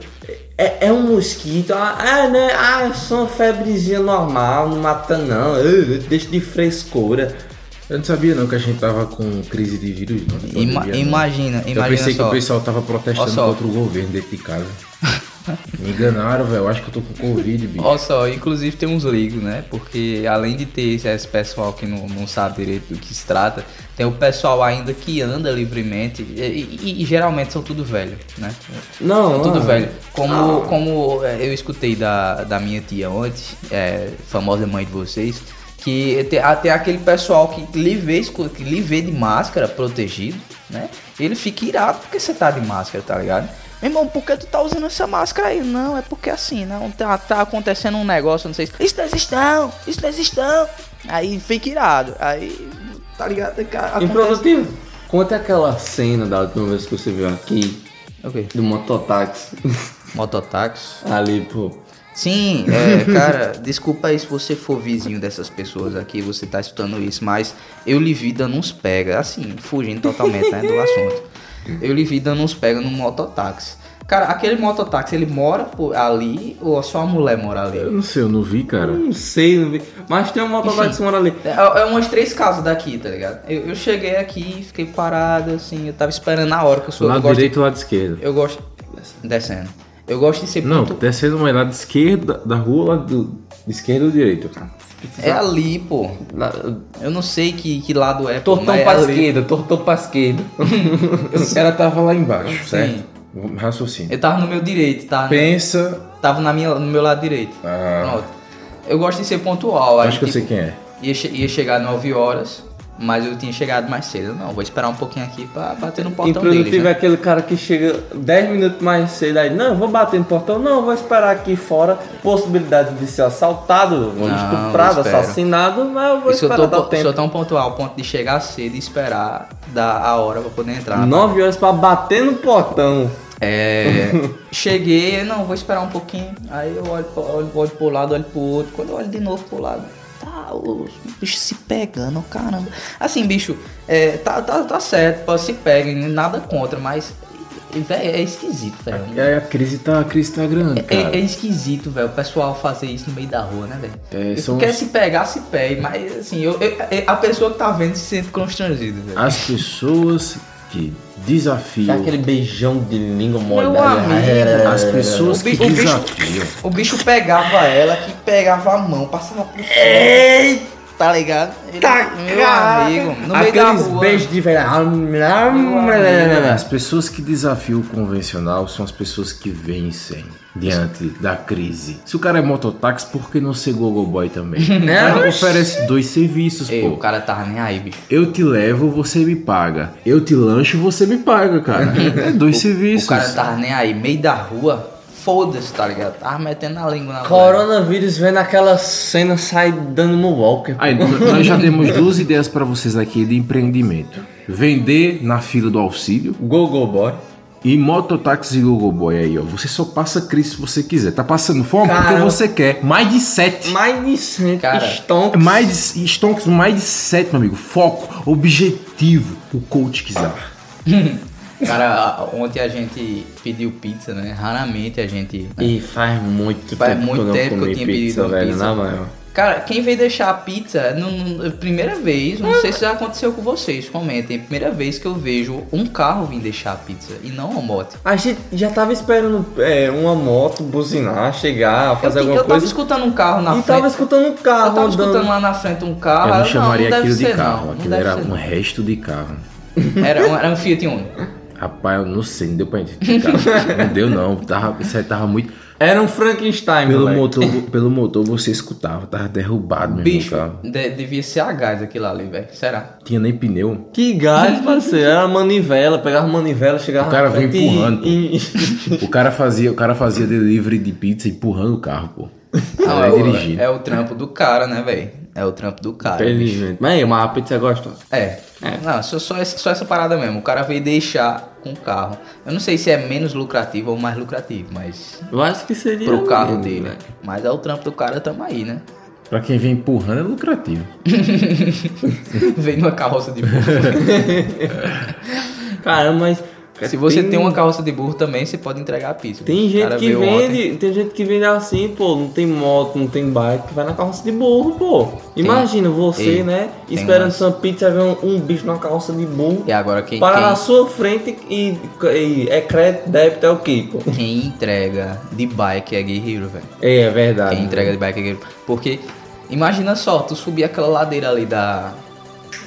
Speaker 3: é, é um mosquito, ah, é, né, ah, é só uma febrezinha normal, não mata não, eh, deixa de frescura.
Speaker 2: Eu não sabia não que a gente tava com crise de vírus, não. de
Speaker 1: ima-
Speaker 2: pandemia, não.
Speaker 1: imagina,
Speaker 2: né? Eu
Speaker 1: imagina.
Speaker 2: pensei
Speaker 1: só.
Speaker 2: que o pessoal tava
Speaker 1: Ó
Speaker 2: protestando
Speaker 1: só.
Speaker 2: contra o governo dentro de casa. Me enganaram, velho. Eu acho que eu tô com Covid, bicho.
Speaker 1: Olha só, inclusive tem uns leigos, né? Porque além de ter esse- esse pessoal que não, não sabe direito do que se trata, tem o pessoal ainda que anda livremente e, e- e geralmente são tudo velho, né?
Speaker 3: Não,
Speaker 1: São tudo
Speaker 3: ah,
Speaker 1: velho. Como,
Speaker 3: Ah.
Speaker 1: como é, eu escutei da, da minha tia ontem, é, famosa mãe de vocês, que tem- até aquele pessoal que lhe vê, escu- que lhe vê de máscara, protegido, né? Ele fica irado porque você tá de máscara, tá ligado? Meu irmão, por que tu tá usando essa máscara aí? Não, é porque assim, não, tá, tá acontecendo um negócio, não sei se... Isso não existe não, isso não existe não. Aí fica irado, aí, tá ligado? Cara,
Speaker 3: é
Speaker 1: acontece...
Speaker 3: Improdutivo. Conta aquela cena da última vez que você viu aqui,
Speaker 1: Ok,
Speaker 3: do mototáxi,
Speaker 1: mototáxi...
Speaker 3: ali, pô.
Speaker 1: Sim, é, cara, desculpa aí se você for vizinho dessas pessoas aqui, você tá escutando isso, mas eu lhe vi dando uns pega, assim, fugindo totalmente né, do assunto. Eu lhe vi dando uns pega no mototáxi. Cara, aquele mototáxi, ele mora por- ali ou só a mulher mora
Speaker 2: Eu
Speaker 1: ali?
Speaker 2: não sei, eu não vi, cara.
Speaker 3: Não sei, não vi. Mas tem um mototáxi que mora ali.
Speaker 1: É, é umas três casas daqui, tá ligado? Eu, eu cheguei aqui, fiquei parado, assim, eu tava esperando a hora que eu sou. eu
Speaker 2: Lado
Speaker 1: gosto de-
Speaker 2: direito ou lado esquerdo?
Speaker 1: eu gosto. Descendo. Eu gosto de ser
Speaker 2: Não,
Speaker 1: pontu-
Speaker 2: descendo mais lado esquerdo da rua, lado do... esquerdo ou direito?
Speaker 1: É ali, pô. Eu não sei que, que lado é, pô,
Speaker 3: Tortão
Speaker 1: mas é
Speaker 3: pra
Speaker 1: ali.
Speaker 3: esquerda, tortão pra esquerda.
Speaker 2: Ela tava lá embaixo,
Speaker 1: Sim.
Speaker 2: certo? Raciocínio.
Speaker 1: Eu tava no meu direito, tá?
Speaker 2: Pensa.
Speaker 1: Tava na minha, no meu lado direito.
Speaker 2: Ah,
Speaker 1: Pronto. Eu gosto de ser pontual. aí,
Speaker 2: acho que eu
Speaker 1: tipo,
Speaker 2: sei quem é.
Speaker 1: Ia, che- ia chegar 9 horas, mas eu tinha chegado mais cedo. Eu, Não, vou esperar um pouquinho aqui pra bater no portão
Speaker 3: Improdutivo
Speaker 1: deles, né?
Speaker 3: é aquele cara que chega 10 minutos mais cedo aí, não, eu vou bater no portão, não, eu vou esperar aqui fora, possibilidade de ser assaltado,
Speaker 1: Não,
Speaker 3: estuprado,
Speaker 1: eu espero.
Speaker 3: assassinado, mas
Speaker 2: é-
Speaker 3: eu vou
Speaker 1: Isso eu
Speaker 3: esperar
Speaker 1: tô, tá,
Speaker 3: dar
Speaker 1: po-
Speaker 3: tempo.
Speaker 1: sou tão pontual ao ponto de chegar cedo e esperar dar a hora pra poder entrar.
Speaker 3: 9 horas pra bater no portão.
Speaker 1: É, cheguei, eu, não, vou esperar um pouquinho. Aí eu olho, pra- olho, olho pro lado, olho pro outro. Quando eu olho de novo pro lado, tá os bichos se pegando, oh, caramba. Assim, bicho, é, tá, tá, tá certo, pô, se peguem, nada contra, mas véi, é esquisito, velho.
Speaker 2: É, a crise tá, a crise tá grande,
Speaker 1: É, é
Speaker 2: cara.
Speaker 1: esquisito, velho, o pessoal fazer isso no meio da rua, né, velho?
Speaker 2: É,
Speaker 1: Se
Speaker 2: são-
Speaker 1: Quer se pegar, se pegue, mas assim, eu, eu- a pessoa que tá vendo se sente constrangida, velho.
Speaker 2: As pessoas que
Speaker 3: Dá
Speaker 2: desafiam. Ah, é,
Speaker 3: aquele beijão de língua molhada.
Speaker 1: amigo.
Speaker 2: As pessoas
Speaker 1: O
Speaker 2: que
Speaker 1: bi- o bicho-
Speaker 2: desafiam.
Speaker 1: O bicho pegava ela, que pegava a mão, passava por
Speaker 2: É,
Speaker 1: cima. Tá ligado? Ele, meu amigo, no meio da
Speaker 3: Aqueles
Speaker 1: rua.
Speaker 3: beijos de velho.
Speaker 1: É,
Speaker 2: As pessoas que desafiam o convencional são as pessoas que vencem diante da crise. Se o cara é mototáxi, por que não ser gogoboy também? O cara oferece dois serviços,
Speaker 1: Ei, o
Speaker 2: pô.
Speaker 1: cara tava nem aí, bicho.
Speaker 2: Eu te levo, você me paga. Eu te lancho, você me paga, cara. É dois serviços.
Speaker 1: O cara tá tava nem aí, meio da rua. Foda-se, tá ligado? Tava metendo a língua na rua.
Speaker 3: Coronavírus vendo aquela cena, sai dando no walker.
Speaker 2: Aí, n- nós já temos duas ideias pra vocês aqui de empreendimento. Vender na fila do auxílio
Speaker 3: Go, go, boy.
Speaker 2: e mototáxi e gogoboy aí, ó. Você só passa crise se você quiser. Tá passando fome porque
Speaker 3: Cara.
Speaker 2: você quer. Mais de sete.
Speaker 3: Mais de 100
Speaker 1: Cara,
Speaker 3: stonks.
Speaker 2: Mais de, Stonks, mais de 7, meu amigo. Foco, objetivo. O coach quiser.
Speaker 1: Cara, ontem a gente pediu pizza, né? Raramente a gente. né?
Speaker 3: E faz muito
Speaker 1: Faz
Speaker 3: tempo
Speaker 1: muito
Speaker 3: que eu não
Speaker 1: tempo que eu
Speaker 3: comi
Speaker 1: tinha
Speaker 3: pizza,
Speaker 1: pedido
Speaker 3: velho,
Speaker 1: pizza.
Speaker 3: na maior.
Speaker 1: Cara, quem veio deixar a pizza, não- não- é primeira vez, não sei se já aconteceu com vocês, comentem. É Primeira vez que eu vejo um carro vir deixar a pizza e não uma moto.
Speaker 3: A gente já tava esperando é, uma moto buzinar, chegar,
Speaker 1: Eu,
Speaker 3: fazer
Speaker 1: eu
Speaker 3: alguma
Speaker 1: tava
Speaker 3: coisa.
Speaker 1: escutando um carro na
Speaker 3: e
Speaker 1: frente.
Speaker 3: tava escutando um carro
Speaker 1: Eu tava
Speaker 3: andando.
Speaker 1: escutando lá na frente um carro.
Speaker 2: Eu
Speaker 1: eu,
Speaker 2: não chamaria
Speaker 1: deve
Speaker 2: aquilo de
Speaker 1: ser,
Speaker 2: carro.
Speaker 1: não, não
Speaker 2: aquilo
Speaker 1: deve
Speaker 2: era
Speaker 1: ser,
Speaker 2: um
Speaker 1: não.
Speaker 2: resto de carro.
Speaker 1: Era um, era um Fiat Uno.
Speaker 2: Rapaz, eu não sei, não deu pra identificar. não deu, não. Tava, isso aí tava muito.
Speaker 3: Era um Frankenstein,
Speaker 2: Pelo
Speaker 3: moleque.
Speaker 2: motor, pelo motor você escutava, tava derrubado mesmo
Speaker 1: Bicho,
Speaker 2: o carro.
Speaker 1: de- devia ser a gás aquilo ali, velho. Será?
Speaker 2: Tinha nem pneu.
Speaker 3: Que gás, parceiro. Era manivela, pegava manivela, chegava
Speaker 2: O cara
Speaker 3: na
Speaker 2: veio
Speaker 3: frente e-
Speaker 2: empurrando, pô.
Speaker 3: e-
Speaker 2: O cara fazia, o cara fazia delivery de pizza empurrando o carro, pô. Não,
Speaker 1: é,
Speaker 2: é
Speaker 1: o-
Speaker 2: dirigindo.
Speaker 1: é o trampo do cara, né, velho? É o trampo do cara.
Speaker 3: Felizmente. Mas aí, uma pizza é gostosa.
Speaker 1: É. Não, só, só, essa, só essa parada mesmo. O cara veio deixar com o carro. Eu não sei se é menos lucrativo ou mais lucrativo, mas.
Speaker 3: Eu acho que seria.
Speaker 1: Pro carro
Speaker 3: mesmo, né?
Speaker 1: dele.
Speaker 3: velho.
Speaker 1: Mas é o trampo do cara, tamo aí, né?
Speaker 2: Pra quem vem empurrando é lucrativo.
Speaker 1: Vem numa carroça de burro.
Speaker 3: Caramba, mas.
Speaker 1: Se você tem uma carroça de burro também, você pode entregar a pizza.
Speaker 3: Tem
Speaker 1: O
Speaker 3: gente
Speaker 1: cara
Speaker 3: que
Speaker 1: veio ontem.
Speaker 3: vende, tem gente que vende assim, pô, não tem moto, não tem bike, vai na carroça de burro, pô. Imagina você,
Speaker 1: Ei,
Speaker 3: né,
Speaker 1: tem
Speaker 3: esperando
Speaker 1: umas-
Speaker 3: sua pizza ver um, um bicho numa carroça de burro,
Speaker 1: E agora quem,
Speaker 3: para
Speaker 1: quem-
Speaker 3: na sua frente e, e é crédito, débito, é o quê, pô?
Speaker 1: Quem entrega de bike é guerreiro, velho.
Speaker 3: É, é
Speaker 2: Ah.
Speaker 3: verdade.
Speaker 1: Quem entrega de bike é guerreiro. Porque imagina só, tu subir aquela ladeira ali da.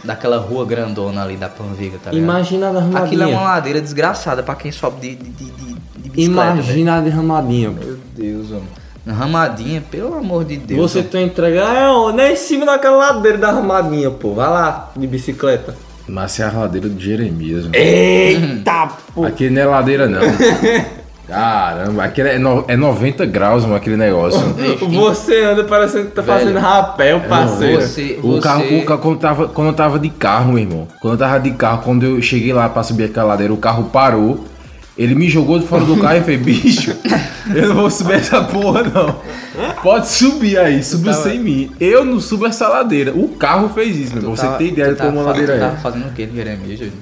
Speaker 1: Daquela rua grandona ali da Panviga, tá ligado?
Speaker 3: Imagina a
Speaker 1: Aquilo é
Speaker 3: derramadinha.
Speaker 1: uma ladeira desgraçada pra quem sobe de, de, de, de- de bicicleta. né? velho.
Speaker 3: Imagina a derramadinha, pô.
Speaker 1: Meu Deus, mano. Ramadinha, pelo amor de Deus.
Speaker 3: Você
Speaker 1: mano.
Speaker 3: tu entrega, é, ó, né, em cima daquela ladeira da armadinha, pô. Vai lá, de bicicleta.
Speaker 2: Mas é a ladeira do Jeremias. mano.
Speaker 3: Eita, É,
Speaker 1: Hum.
Speaker 3: pô.
Speaker 2: Aqui não é ladeira, não. Caramba, aquele é, no- é 90 graus, mano, aquele negócio.
Speaker 3: Você anda parecendo que tá
Speaker 1: Velho. é
Speaker 3: fazendo rapel, parceiro.
Speaker 1: Você-
Speaker 2: tá o
Speaker 1: você-
Speaker 2: carro, o carro quando, eu tava, quando eu tava de carro, meu irmão. Quando eu tava de carro, quando eu cheguei lá pra subir aquela ladeira, o carro parou. Ele me jogou de fora do carro e falei, bicho, eu não vou subir essa porra, não. Pode subir aí, subiu
Speaker 1: tava-
Speaker 2: sem mim. Eu não subo essa ladeira. O carro fez isso, meu irmão.
Speaker 1: Tu
Speaker 2: Você
Speaker 1: tava-
Speaker 2: tem ideia
Speaker 1: tu
Speaker 2: de como
Speaker 1: tava tá-
Speaker 2: a
Speaker 1: fa-
Speaker 2: ladeira
Speaker 1: tu
Speaker 2: é.
Speaker 1: tava fazendo o que, Jeremias? hoje?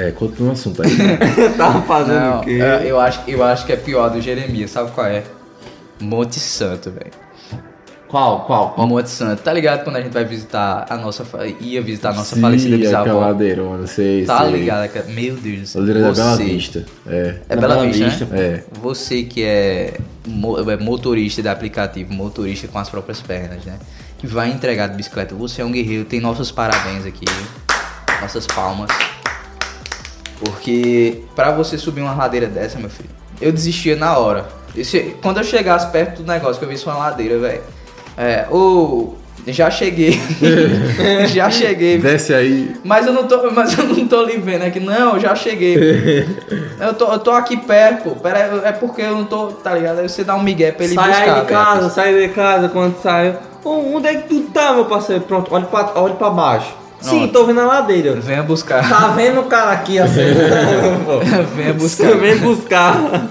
Speaker 2: É, conta um assunto aí.
Speaker 3: Tava
Speaker 2: Tá
Speaker 3: fazendo
Speaker 1: Não,
Speaker 3: o quê?
Speaker 1: é, eu, acho, eu acho que é pior do Jeremias, sabe qual é? Monte Santo, velho.
Speaker 3: Qual, qual,
Speaker 1: Ó, Monte Santo, tá ligado quando a gente vai visitar a nossa. fa- ia visitar a Tá, nossa
Speaker 2: Sim,
Speaker 1: falecida
Speaker 2: aquela
Speaker 1: bisavó?
Speaker 2: ladeira, mano. Sei,
Speaker 1: Tá
Speaker 2: sei.
Speaker 1: ligado? cara? Meu Deus do céu.
Speaker 2: Ladeira da Bela
Speaker 1: Você-
Speaker 2: Vista. É.
Speaker 1: É Bela, Vista, né?
Speaker 2: É.
Speaker 1: Você que é, mo- é motorista de aplicativo, motorista com as próprias pernas, né? Que vai entregar de bicicleta. Você é um guerreiro, tem nossos parabéns aqui. viu? Nossas palmas. Porque pra você subir uma ladeira dessa, meu filho, eu desistia na hora. Esse- quando eu chegasse perto do negócio, que eu visse uma ladeira, velho. É, ô. Já cheguei. já cheguei.
Speaker 2: Desce aí.
Speaker 1: Mas eu não tô, mas eu não tô lhe vendo aqui. Não, eu já cheguei. Eu tô, eu tô aqui perto, pô. Pera, aí, é porque eu não tô, tá ligado? Aí você dá um migué pra ele
Speaker 3: sai
Speaker 1: buscar.
Speaker 3: aí de
Speaker 1: velho.
Speaker 3: casa, sai de casa quando saiu. Ô, onde é que tu tá, meu parceiro? Pronto, olha pra, olha pra baixo. Sim,
Speaker 1: Pronto.
Speaker 3: tô vendo a ladeira.
Speaker 1: Venha buscar.
Speaker 3: Tá vendo o cara aqui assim?
Speaker 1: Venha buscar.
Speaker 3: Vem buscar.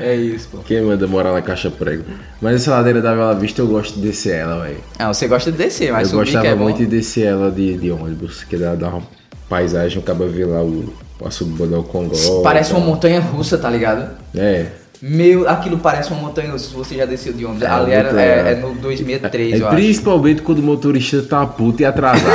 Speaker 1: É isso, pô.
Speaker 2: Quem manda morar na caixa prego? Mas essa ladeira da Bela Vista eu gosto de descer ela, velho.
Speaker 1: Ah, você gosta de descer, mas
Speaker 2: Eu
Speaker 1: subir
Speaker 2: gostava
Speaker 1: que é bom.
Speaker 2: muito de descer ela de, de ônibus, que dá, dá uma paisagem, acaba ver lá o, a subida ao Congo.
Speaker 1: Parece uma montanha russa, tá ligado?
Speaker 2: É.
Speaker 1: Meu, aquilo parece uma montanha russa. se Você já desceu de ônibus.
Speaker 2: É,
Speaker 1: Ali era,
Speaker 2: muito legal.
Speaker 1: é, é no 2003,
Speaker 2: É
Speaker 1: eu acho.
Speaker 2: principalmente quando o motorista tá puto e atrasado.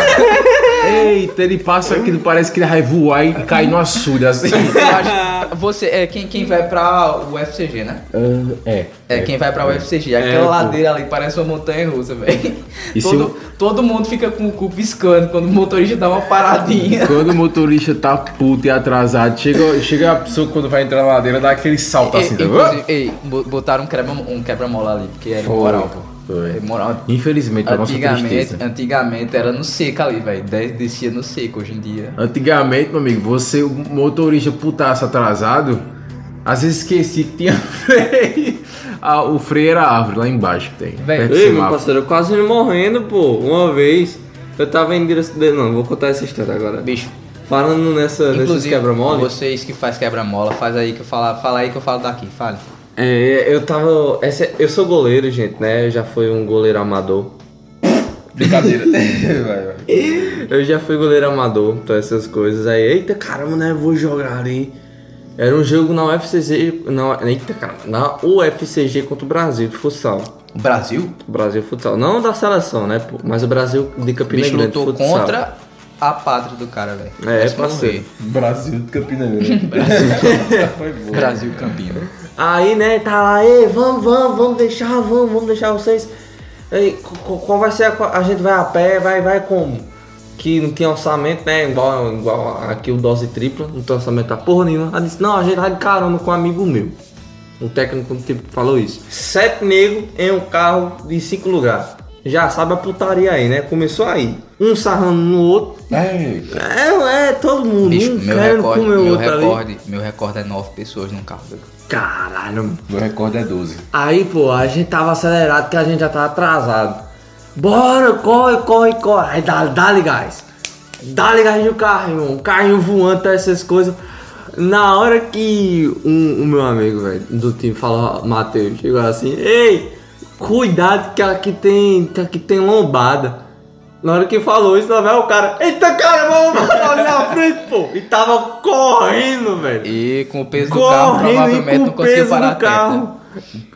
Speaker 2: Eita, ele passa aquilo, parece que ele vai voar e cair no açude assim.
Speaker 1: Eu acho- Você, é, quem, quem vai pra UFCG, né?
Speaker 2: Ah, é.
Speaker 1: É, quem vai pra UFCG. Aquela
Speaker 3: É, pô.
Speaker 1: ladeira ali parece uma montanha russa, velho.
Speaker 2: E se
Speaker 1: Todo, todo mundo fica com o cu piscando quando o motorista dá uma paradinha.
Speaker 2: Quando o motorista tá puto e atrasado, chega, chega a pessoa quando vai entrar na ladeira, dá aquele salto assim.
Speaker 1: E-
Speaker 2: tá?
Speaker 1: É, inclusive, ei, bo- botaram um quebra- um quebra-mola ali, porque é
Speaker 2: Foi,
Speaker 1: moral, pô.
Speaker 2: foi.
Speaker 1: É moral.
Speaker 2: Infelizmente, pra nossa
Speaker 1: Antigamente,
Speaker 2: tristeza.
Speaker 1: antigamente era no seco ali, velho. Dez- Descia no seco hoje em dia.
Speaker 2: Antigamente, meu amigo, você, o motorista putaço atrasado, às vezes esqueci que tinha freio. Ah, o freio era a árvore lá embaixo que tem.
Speaker 1: Véi.
Speaker 2: perto do
Speaker 3: Ei, meu
Speaker 2: semáforo.
Speaker 3: parceiro, eu quase me morrendo, pô. Uma vez, eu tava em direção... Não, vou contar essa história agora.
Speaker 1: Bicho,
Speaker 3: Falando nessa, nesses
Speaker 1: inclusive,
Speaker 3: quebra-mola...
Speaker 1: vocês que faz quebra-mola, faz aí que eu falo, fala aí que eu falo daqui, fale.
Speaker 3: É, eu tava. essa- eu sou goleiro, gente, né? Eu já fui um goleiro amador.
Speaker 2: Brincadeira. Vai, vai.
Speaker 3: Eu já fui goleiro amador, então essas coisas aí. Eita caramba, né? Vou jogar ali. Era um jogo na UFCG. Não, eita caramba, na UFCG contra o Brasil de futsal.
Speaker 1: O Brasil,
Speaker 3: Brasil futsal. Não da seleção, né, pô? Mas o Brasil de
Speaker 1: o
Speaker 3: Campina
Speaker 1: bicho
Speaker 3: Grande.
Speaker 1: lutou
Speaker 3: futsal.
Speaker 1: contra a pátria do cara, velho.
Speaker 3: É,
Speaker 1: Mas
Speaker 3: parceiro.
Speaker 2: Brasil de Campina Grande.
Speaker 1: morrer. Brasil Campina.
Speaker 3: Aí, né, tá lá, ei, vamos, vamos, vamos deixar, vamos, vamos deixar vocês. Ei, co- co- qual vai ser a, co- a gente vai a pé, vai, vai como? Que não tinha orçamento, né? Igual, igual aqui o dose tripla, não tem orçamento pra porra nenhuma. Ela disse, não, a gente vai de carona com um amigo meu. O técnico do tipo falou isso. Sete negros em um carro de cinco lugares. Já sabe a putaria aí, né? Começou aí. Um sarrando no outro.
Speaker 2: Eita.
Speaker 3: É, é, todo mundo.
Speaker 1: Bicho,
Speaker 3: um
Speaker 1: meu
Speaker 3: querendo
Speaker 1: recorde,
Speaker 3: comer o
Speaker 1: meu
Speaker 3: outro ali.
Speaker 1: recorde, meu recorde é nove pessoas num carro. velho.
Speaker 3: Caralho,
Speaker 2: Meu recorde é 12.
Speaker 3: Aí, pô, a gente tava acelerado que a gente já tava atrasado. Bora, corre, corre, corre. Aí dá- dá-lhe gás. Dá-lhe gás no carro, irmão. Carrinho voando, essas coisas. Na hora que um- o meu amigo, velho, do time falou, Matheus, chegou assim, ei, cuidado que aqui tem, que aqui tem lombada. Na hora que falou isso, lá vai o cara, eita cara, vamos ali na frente, pô. E tava correndo, velho
Speaker 1: E com o peso do carro,
Speaker 3: correndo e
Speaker 1: provavelmente
Speaker 3: com
Speaker 1: não
Speaker 3: o
Speaker 1: conseguiu
Speaker 3: peso
Speaker 1: parar a
Speaker 3: do carro.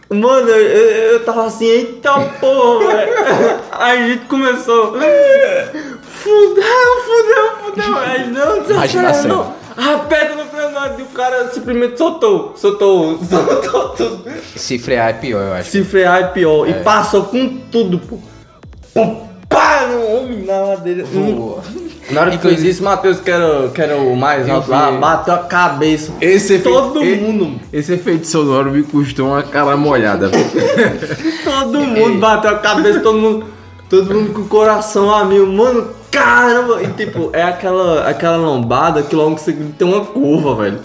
Speaker 3: Mano, eu, eu- eu tava assim, eita porra, velho. Aí a gente começou. Fudeu, fudeu, fudeu. Aí não, desacelera,
Speaker 1: Imaginação.
Speaker 3: não. Aperta no freio não. E o cara simplesmente soltou. Soltou, soltou tudo.
Speaker 1: Se frear é pior, eu acho.
Speaker 3: Se frear é pior. E passou com tudo, pô. Pô, Pá, no homem na madeira.
Speaker 1: Voou.
Speaker 3: Na hora que fez isso, o Matheus, que era, que era o mais
Speaker 1: Eu
Speaker 3: alto lá,
Speaker 1: vi.
Speaker 3: bateu a cabeça.
Speaker 2: Esse efeito,
Speaker 3: Todo
Speaker 2: e-
Speaker 3: mundo.
Speaker 2: Esse efeito sonoro me custou uma cara molhada. velho.
Speaker 3: Todo mundo bateu a cabeça, todo mundo, todo mundo com o coração a mil, mano. Caramba! E tipo, é aquela, aquela lombada que logo em seguida tem uma curva, velho.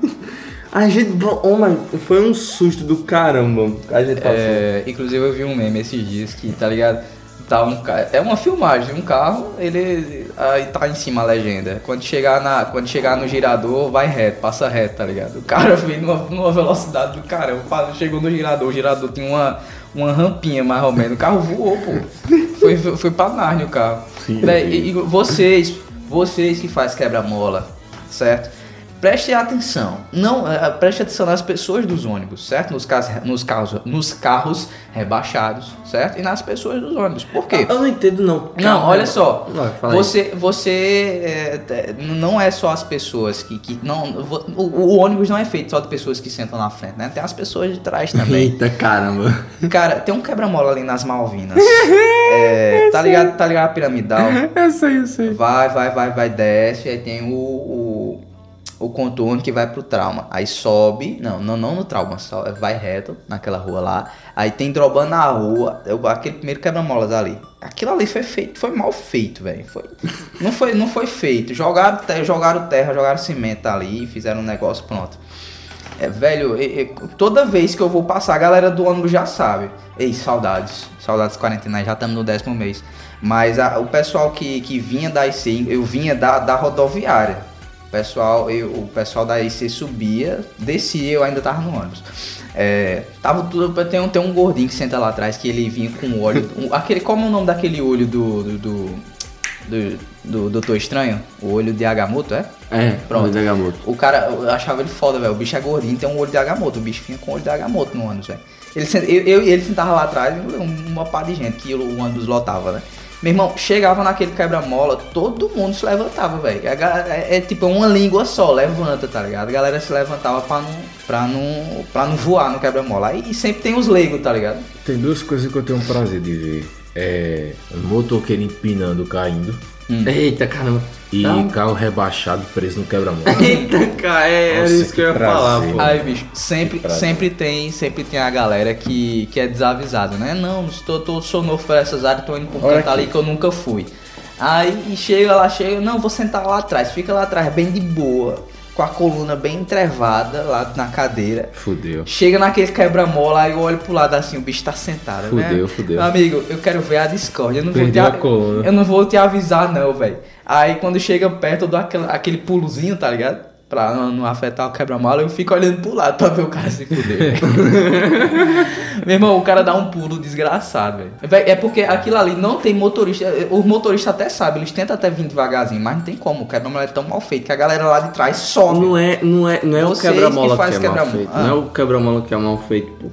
Speaker 3: A gente. Oh, mano, foi um susto do caramba. A gente passou.
Speaker 1: É, inclusive eu vi um meme esses dias que, tá ligado? Tá um, ca- é uma filmagem, um carro, ele aí tá em cima a legenda. Quando chegar, na, quando chegar no girador, vai reto, passa reto, tá ligado? O cara veio numa, numa velocidade do caramba, pa- chegou no girador, o girador tinha uma, uma rampinha mais ou menos, o carro voou, pô. Foi, foi pra Narnia o carro.
Speaker 2: Sim,
Speaker 1: Véi,
Speaker 2: eu vi.
Speaker 1: e, e vocês, vocês que faz quebra-mola, certo? Prestem atenção, não, eh, preste atenção nas pessoas dos ônibus, certo? Nos, cas, nos, carros, nos carros rebaixados, certo? E nas pessoas dos ônibus. Por quê?
Speaker 3: Eu não entendo, não.
Speaker 1: Não, olha só.
Speaker 3: Vai, fala aí.
Speaker 1: Você, você eh, te- não é só as pessoas que, que não, vo- o, o ônibus não é feito só de pessoas que sentam na frente, né? Tem as pessoas de trás também.
Speaker 2: Eita caramba.
Speaker 1: Cara, tem um quebra-mola ali nas Malvinas. É, tá ligado, tá ligado a piramidal?
Speaker 2: Eu sei, eu sei.
Speaker 1: Vai, vai, vai, vai, desce. Aí tem o, o, o contorno que vai pro trauma. Aí sobe, não, não, não no trauma, só vai reto naquela rua lá. Aí tem drobando na rua, eu- aquele primeiro quebra-molas ali. Aquilo ali foi feito, foi mal feito, velho. Foi, não, foi, não foi feito. Jogaram, te- jogaram terra, jogaram cimento ali, fizeram um negócio, pronto. É, velho, e- e toda vez que eu vou passar, a galera do ônibus já sabe. Ei, saudades. Saudades quarentena, já estamos no décimo mês. Mas a- o pessoal que, que vinha da IC, eu vinha da, da rodoviária. O pessoal, eu- o pessoal da IC subia, descia, eu ainda tava no ônibus. É, tava tudo, tem, um, tem um gordinho que senta lá atrás que ele vinha com o olho. um- aquele, como é o nome daquele olho do. do. do. do, do Doutor Estranho? O olho de Agamotto, é?
Speaker 3: É,
Speaker 1: Pronto.
Speaker 3: pronto. Agamotto.
Speaker 1: O cara, eu achava ele foda, velho. O bicho é gordinho, tem um olho de agamoto. O bicho vinha com olho de agamoto no ônibus, velho. Ele, sent- eu, eu e ele sentava lá atrás, um- uma pá de gente que o ônibus lotava, né? Meu irmão, chegava naquele quebra-mola, todo mundo se levantava, velho. A ga- É, é tipo uma língua só, levanta, tá ligado? A galera se levantava pra não, pra não, pra não voar no quebra-mola. E, e sempre tem os leigos, tá ligado?
Speaker 2: Tem duas coisas que eu tenho um prazer de ver. É motoqueiro empinando, caindo.
Speaker 3: Eita, caramba.
Speaker 2: E
Speaker 3: Não.
Speaker 2: carro rebaixado preso no quebra-mola.
Speaker 3: Eita, cara, é, era
Speaker 2: Nossa,
Speaker 3: isso que eu ia
Speaker 2: que
Speaker 3: falar,
Speaker 2: prazer.
Speaker 3: pô.
Speaker 2: Ah,
Speaker 1: Aí, bicho, sempre,
Speaker 2: prazer.
Speaker 1: sempre tem, sempre tem a galera que, que é desavisada, né? Não, estou, tô, sou novo pra essas áreas, tô indo pra um
Speaker 2: Olha
Speaker 1: canto
Speaker 2: aqui.
Speaker 1: ali que eu nunca fui. Aí chega lá, chega, não, vou sentar lá atrás, fica lá atrás, bem de boa, com a coluna bem entrevada lá na cadeira.
Speaker 2: Fudeu.
Speaker 1: Chega naquele quebra-mola, aí eu olho pro lado assim, o bicho tá sentado, né?
Speaker 2: Fudeu, fudeu.
Speaker 1: Meu amigo, eu quero ver a Discord, eu não vou
Speaker 2: Perdeu
Speaker 1: ter
Speaker 2: a coluna.
Speaker 1: eu não vou te avisar, não, velho. Aí quando chega perto, eu dou aquela- aquele, pulozinho, tá ligado? Pra não, não afetar o quebra-mola, eu fico olhando pro lado pra ver o cara se fuder. Meu irmão, o cara dá um pulo desgraçado, velho. Véi, É porque aquilo ali não tem motorista. eh, Os motoristas até sabem, eles tentam até vir devagarzinho, mas não tem como. O quebra-mola é tão mal feito que a galera lá de trás sobe.
Speaker 3: Não é, não é, não é o
Speaker 1: Vocês que
Speaker 3: quebra-mola que,
Speaker 1: faz
Speaker 3: é mal
Speaker 1: quebra-mola.
Speaker 3: feito.
Speaker 1: Ah.
Speaker 3: Não é o quebra-mola que é mal feito, pô.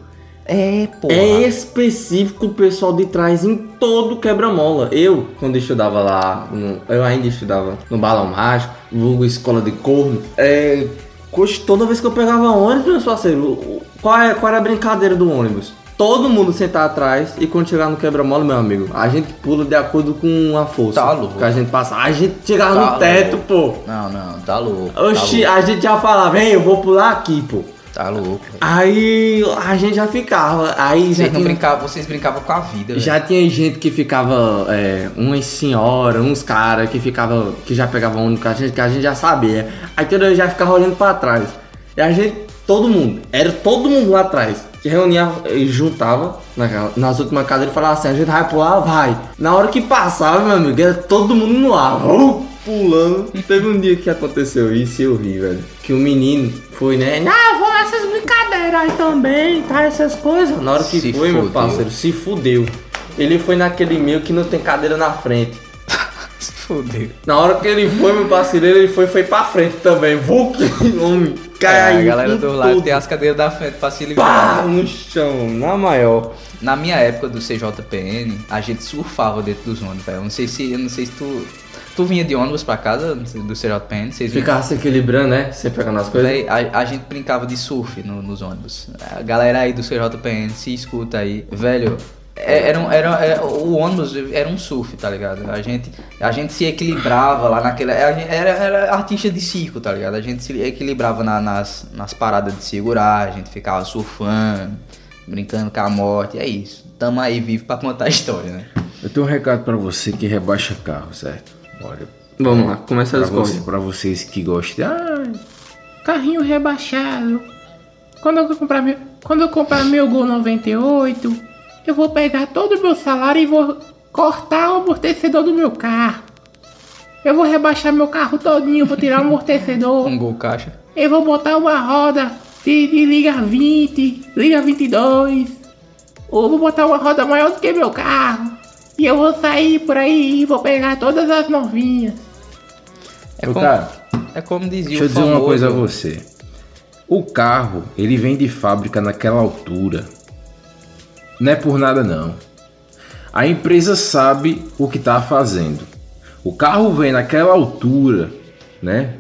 Speaker 1: É, porra.
Speaker 3: É específico o pessoal de trás em todo quebra-mola. Eu, quando estudava lá, no- eu ainda estudava no Balão Mágico, vulgo escola de corno, é, coxa, toda vez que eu pegava ônibus, meus parceiros, o- qual, é, qual era a brincadeira do ônibus? Todo mundo sentar atrás e quando chegar no quebra-mola, meu amigo, a gente pula de acordo com a força
Speaker 1: Tá louco.
Speaker 3: que a gente passa. A gente chegava
Speaker 1: Tá
Speaker 3: no teto,
Speaker 1: Não, não, tá louco.
Speaker 3: pô. Oxi, a gente já falava, vem, eu vou pular aqui,
Speaker 1: Tá
Speaker 3: pô.
Speaker 1: louco. Tá louco.
Speaker 3: Aí a gente já ficava, aí já
Speaker 1: Vocês, não
Speaker 3: tinha- um
Speaker 1: brincavam, vocês brincavam com a vida, velho.
Speaker 3: já tinha gente que ficava, é, umas senhoras, uns caras que ficava, que já pegava ônibus com a gente, que a gente já sabia. Aí todo mundo já ficava olhando pra trás. E a gente, todo mundo, era todo mundo lá atrás. Que reunia e juntava naquela- nas últimas cadeiras e falava assim, a gente vai pular, vai. Na hora que passava, meu amigo, era todo mundo no ar. Vou pulando. Teve um dia que aconteceu isso e eu ri, velho. Que o menino foi, né? Ah, vou nessas brincadeiras aí também, tá? Essas coisas. Na hora que
Speaker 1: Se
Speaker 3: foi, meu
Speaker 1: fudeu.
Speaker 3: parceiro, se fudeu. Ele foi naquele meio que não tem cadeira na frente.
Speaker 1: Se fudeu.
Speaker 3: Na hora que ele foi, meu parceiro, ele foi, foi pra frente também. Vou que homem,
Speaker 1: É,
Speaker 3: caiu.
Speaker 1: a galera
Speaker 3: com
Speaker 1: do lado
Speaker 3: tudo.
Speaker 1: tem as cadeiras da frente pra se
Speaker 3: Pá,
Speaker 1: livrar.
Speaker 3: no chão, na maior.
Speaker 1: Na minha época do CJPN, a gente surfava dentro dos ônibus, velho. Eu Não sei se, eu não sei se tu, tu vinha de ônibus pra casa do CJPN, vocês vinham-
Speaker 3: Ficava se equilibrando, né? Você pegando as coisas.
Speaker 2: é.
Speaker 1: Véi, a, a gente brincava de surf no- nos ônibus. A galera aí do CJPN se escuta aí. Velho, é- era, um- era, era- o ônibus era um surf, tá ligado? A gente, a gente se equilibrava lá naquela. a gente Era, era artista de circo, tá ligado? A gente se equilibrava na- nas, nas paradas de segurar, a gente ficava surfando, brincando com a morte. É isso. Tamo aí vivo pra contar a história, né?
Speaker 2: Eu tenho um recado pra você que rebaixa carro, certo? Olha,
Speaker 3: Vamos lá, começa
Speaker 2: pra,
Speaker 3: as coisas.
Speaker 2: você, pra vocês que gostam. Ah, carrinho rebaixado. Quando eu comprar meu, quando eu comprar meu Gol 98, eu vou pegar todo o meu salário e vou cortar o amortecedor do meu carro.
Speaker 4: Eu vou rebaixar meu carro todinho, vou tirar o amortecedor.
Speaker 1: Um gol caixa.
Speaker 4: Eu vou botar uma roda de, de liga 20, liga 22. Ou vou botar uma roda maior do que meu carro. E eu vou sair por aí e vou pegar todas as novinhas.
Speaker 1: É
Speaker 2: Ô,
Speaker 1: como,
Speaker 2: cara,
Speaker 1: é como dizia
Speaker 2: Deixa
Speaker 1: o
Speaker 2: eu dizer uma
Speaker 1: famoso-
Speaker 2: coisa a você. O carro, ele vem de fábrica naquela altura. Não é por nada não. A empresa sabe o que está fazendo. O carro vem naquela altura, né?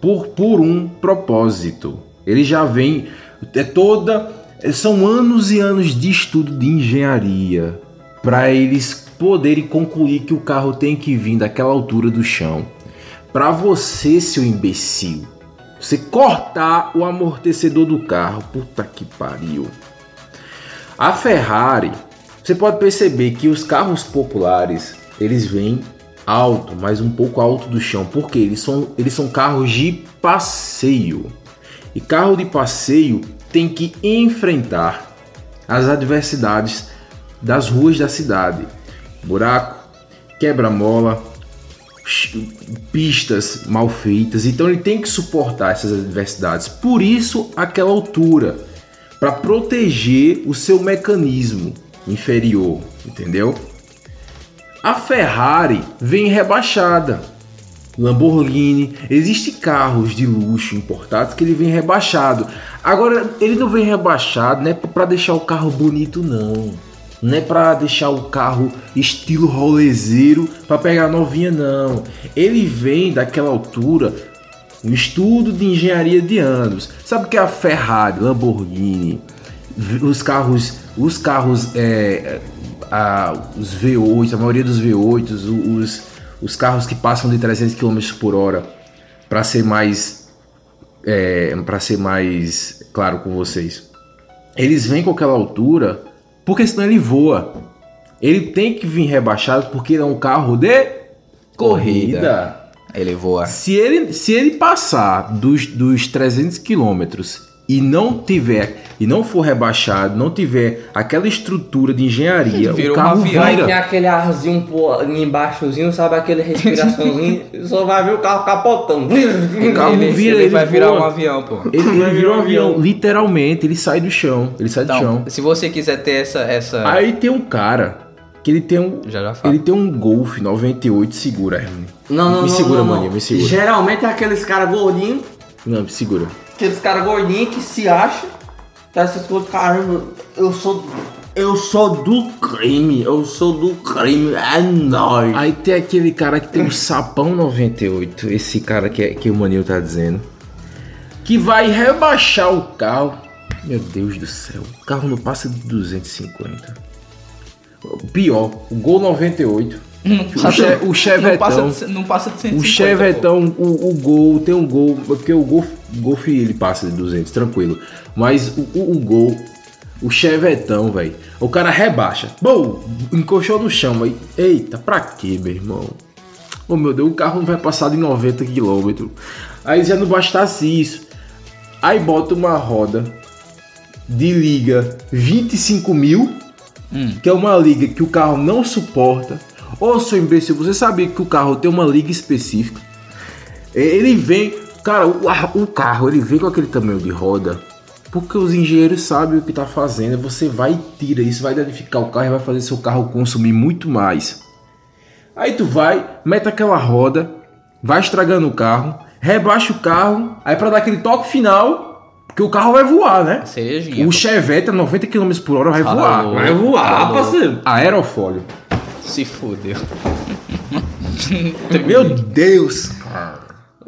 Speaker 2: Por, por um propósito. Ele já vem é toda é, são anos e anos de estudo de engenharia para eles poderem concluir que o carro tem que vir daquela altura do chão. Pra você, seu imbecil, Você cortar o amortecedor do carro. Puta que pariu. A Ferrari, você pode perceber que os carros populares, eles vêm alto, mas um pouco alto do chão, porque eles são, eles são carros de passeio. E carro de passeio tem que enfrentar as adversidades das ruas da cidade. Buraco, quebra-mola, pistas mal feitas. Então ele tem que suportar essas adversidades. Por isso aquela altura para proteger o seu mecanismo inferior, entendeu? A Ferrari vem rebaixada. Lamborghini, existe carros de luxo importados que ele vem rebaixado. Agora ele não vem rebaixado, né, para deixar o carro bonito não. Não é para deixar o carro estilo rolezeiro para pegar novinha, não. Ele vem daquela altura, um estudo de engenharia de anos. Sabe que é a Ferrari, Lamborghini, os carros, os carros, é, a, os V8, a maioria dos V8, os, os carros que passam de 300 km por hora, para ser mais, é, para ser mais claro com vocês, eles vêm com aquela altura porque senão ele voa. Ele tem que vir rebaixado porque ele é um carro de corrida. corrida.
Speaker 1: Ele voa.
Speaker 2: Se ele, se ele passar dos, dos 300 km e não tiver e não for rebaixado, não tiver aquela estrutura de engenharia, o carro
Speaker 3: Vai ter
Speaker 2: vira.
Speaker 3: aquele arzinho pô, embaixozinho, sabe? Aquele respiraçãozinho. só vai ver o carro capotando.
Speaker 2: O carro
Speaker 1: ele,
Speaker 2: vira,
Speaker 1: ele
Speaker 2: ele
Speaker 1: vai virar
Speaker 2: voa.
Speaker 1: um avião, pô.
Speaker 2: Ele, ele vira
Speaker 3: Vai
Speaker 2: um
Speaker 3: virar um
Speaker 2: avião,
Speaker 3: avião.
Speaker 2: literalmente, ele sai do chão, ele sai do chão.
Speaker 1: Então, se você quiser ter essa. essa...
Speaker 2: Aí tem um cara que ele tem um
Speaker 1: Já já falo.
Speaker 2: ele tem um Golf 98 segura, Hermione.
Speaker 3: Não, não,
Speaker 2: Me
Speaker 3: não,
Speaker 2: segura,
Speaker 3: não, não.
Speaker 2: maninha, me segura.
Speaker 3: Geralmente é aqueles caras gordinhos,
Speaker 2: Não, me segura.
Speaker 3: aqueles caras gordinhos que se acham, tá esses coisas, caramba, eu sou. Eu sou do crime, eu sou do crime, é nóis.
Speaker 2: Aí tem aquele cara que tem um sapão 98, esse cara que, é- que o Manil tá dizendo, que vai rebaixar o carro. Meu Deus do céu, o carro não passa de 250. O Pior, o Gol 98,
Speaker 1: Não
Speaker 2: o, che, o
Speaker 1: não passa,
Speaker 2: Chevetão,
Speaker 1: de, não passa de 150.
Speaker 2: o Chevetão, o, o Gol, tem um Gol, porque o Golf, o Golf ele passa de 200, tranquilo. Mas o, o, o Gol, o Chevetão, velho, o cara rebaixa. Bom, encostou no chão, aí, eita, pra quê, meu irmão? Ô meu Deus, o carro não vai passar de 90 km. Aí já não bastasse isso. Aí bota uma roda de liga 25 mil,
Speaker 1: Hum.
Speaker 2: que é uma liga que o carro não suporta. Ô seu imbecil, você sabia que o carro tem uma liga específica? E- Ele vem, cara, o, a- o carro ele vem com aquele tamanho de roda. Porque os engenheiros sabem o que tá fazendo, você vai e tira isso, vai danificar o carro e vai fazer seu carro consumir muito mais. Aí tu vai, mete aquela roda, vai estragando o carro, rebaixa o carro, aí pra dar aquele toque final, porque o carro vai voar, né?
Speaker 1: Cerejinha.
Speaker 2: O Chevette a 90 km por hora vai voar.
Speaker 1: Falou.
Speaker 2: Vai voar,
Speaker 1: Falou.
Speaker 2: parceiro. Aerofólio.
Speaker 1: Se fudeu.
Speaker 2: Meu Deus.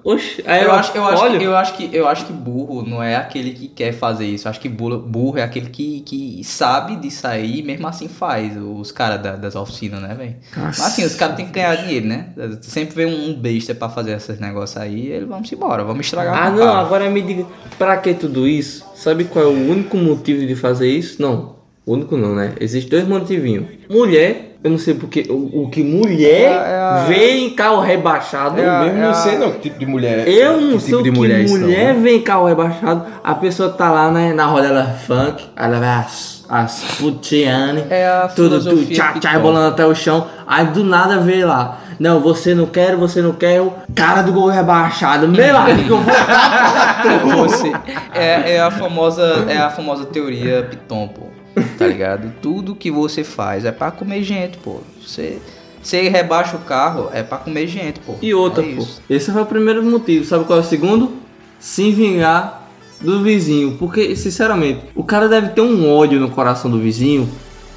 Speaker 3: Oxi, aí
Speaker 1: É, Eu acho, eu, acho, que-
Speaker 3: olho,
Speaker 1: eu, acho que, eu acho que burro não é aquele que quer fazer isso. Eu acho que burro, burro é aquele que, que sabe disso aí e mesmo assim faz. Os caras da- das oficinas, né, velho? Mas assim, os caras têm que ganhar dinheiro, né? Sempre vem um besta pra fazer esses negócios aí eles vamos embora, vamos estragar
Speaker 3: Ah,
Speaker 1: com o
Speaker 3: não,
Speaker 1: carro.
Speaker 3: agora me diga, pra que tudo isso? Sabe qual é o único motivo de fazer isso? Não, o único não, né? Existem dois motivinhos. Mulher, eu não sei porque, o, o que mulher
Speaker 1: É a- é a-
Speaker 3: vê em carro rebaixado.
Speaker 1: É a-
Speaker 2: Eu não sei não que tipo de mulher
Speaker 3: Eu não
Speaker 2: tipo
Speaker 3: sei o que mulher,
Speaker 2: isso não, né?
Speaker 3: vem em carro rebaixado. A pessoa tá lá né, na roda dela funk, ela vai as, as putiane,
Speaker 1: É a
Speaker 3: tudo, tudo,
Speaker 1: filosofia
Speaker 3: tchá,
Speaker 1: que
Speaker 3: tchá,
Speaker 1: toca.
Speaker 3: bolando até o chão. Aí do nada vem lá. Não, você não quer, você não quer, o cara do gol rebaixado. Meu amigo, eu vou
Speaker 1: Você- é, é a famosa é a famosa teoria Piton, pô. Tá ligado? Tudo que você faz é pra comer gente, pô. Você, você rebaixa o carro, é pra comer gente, pô.
Speaker 3: E outra,
Speaker 1: É
Speaker 3: pô.
Speaker 1: isso.
Speaker 3: Esse foi o primeiro motivo. Sabe qual é o segundo? Se vingar do vizinho. Porque, sinceramente, o cara deve ter um ódio no coração do vizinho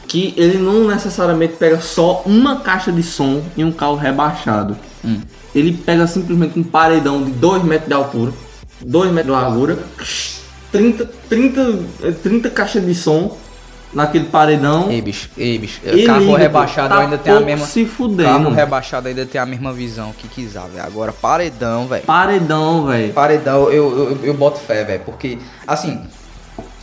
Speaker 3: que ele não necessariamente pega só uma caixa de som e um carro rebaixado.
Speaker 1: Hum.
Speaker 3: Ele pega simplesmente um paredão de 2 metros de altura, 2 metros de largura, 30, 30, eh, 30 caixas de som naquele paredão.
Speaker 1: Ei, bicho, ei, bicho.
Speaker 3: e
Speaker 1: Carro
Speaker 3: liga,
Speaker 1: rebaixado
Speaker 3: pô. Tá
Speaker 1: ainda tem a
Speaker 3: pouco
Speaker 1: mesma.
Speaker 3: Se fudendo.
Speaker 1: Carro rebaixado ainda tem a mesma visão que quiser, velho. Agora, paredão, velho.
Speaker 3: Paredão, velho.
Speaker 1: Paredão, eu, eu, eu boto fé, velho. Porque, assim,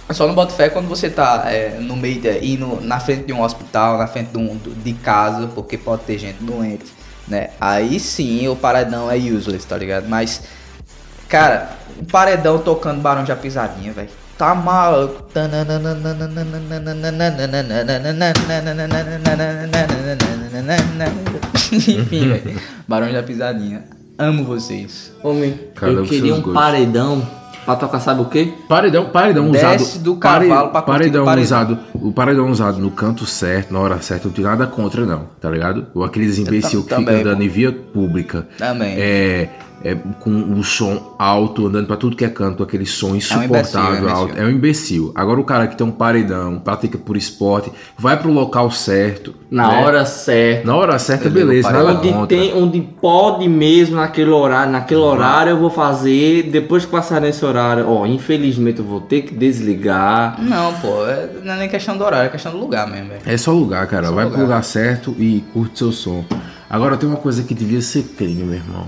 Speaker 1: eu só não boto fé quando você tá é, no meio de, indo na frente de um hospital, na frente de, um, de casa, porque pode ter gente doente, né? Aí sim o paredão é useless, tá ligado? Mas, cara, o paredão tocando barão de pisadinha, velho. Tá maluco. Enfim, velho. Barão da pisadinha. Amo vocês.
Speaker 3: Homem,
Speaker 2: Cada um
Speaker 3: eu
Speaker 2: com
Speaker 3: queria
Speaker 2: seus
Speaker 3: um
Speaker 2: gostos.
Speaker 3: paredão pra tocar, sabe o quê?
Speaker 2: Paredão, paredão
Speaker 1: Desce
Speaker 2: usado.
Speaker 1: do cavalo pra curtir
Speaker 2: paredão,
Speaker 1: o paredão.
Speaker 2: usado. O paredão usado no canto certo, na hora certa, não tem nada contra, não, tá ligado? Ou aqueles imbecil que
Speaker 1: também,
Speaker 2: fica andando em via pública.
Speaker 1: Também.
Speaker 2: É. é com o som alto, andando pra tudo que é canto, aquele som insuportável,
Speaker 1: imbecil, é um
Speaker 2: alto.
Speaker 1: imbecil.
Speaker 2: É um imbecil. Agora o cara que tem um paredão, pratica por esporte, vai pro local certo.
Speaker 3: Na
Speaker 2: né?
Speaker 3: hora certa.
Speaker 2: Na hora certa,
Speaker 1: Ele liga o
Speaker 2: beleza,
Speaker 1: paredão.
Speaker 2: nada
Speaker 3: Onde,
Speaker 2: contra.
Speaker 3: tem, onde pode mesmo naquele horário, naquele horário eu vou fazer, depois que passar nesse horário, ó, infelizmente eu vou ter que desligar.
Speaker 1: Não, pô, é- não é nem questão do horário, é questão do lugar mesmo, velho.
Speaker 2: É só lugar, cara.
Speaker 1: Só
Speaker 2: Vai
Speaker 1: lugar.
Speaker 2: pro lugar certo e curte seu som. Agora tem uma coisa que devia ser crime, meu irmão.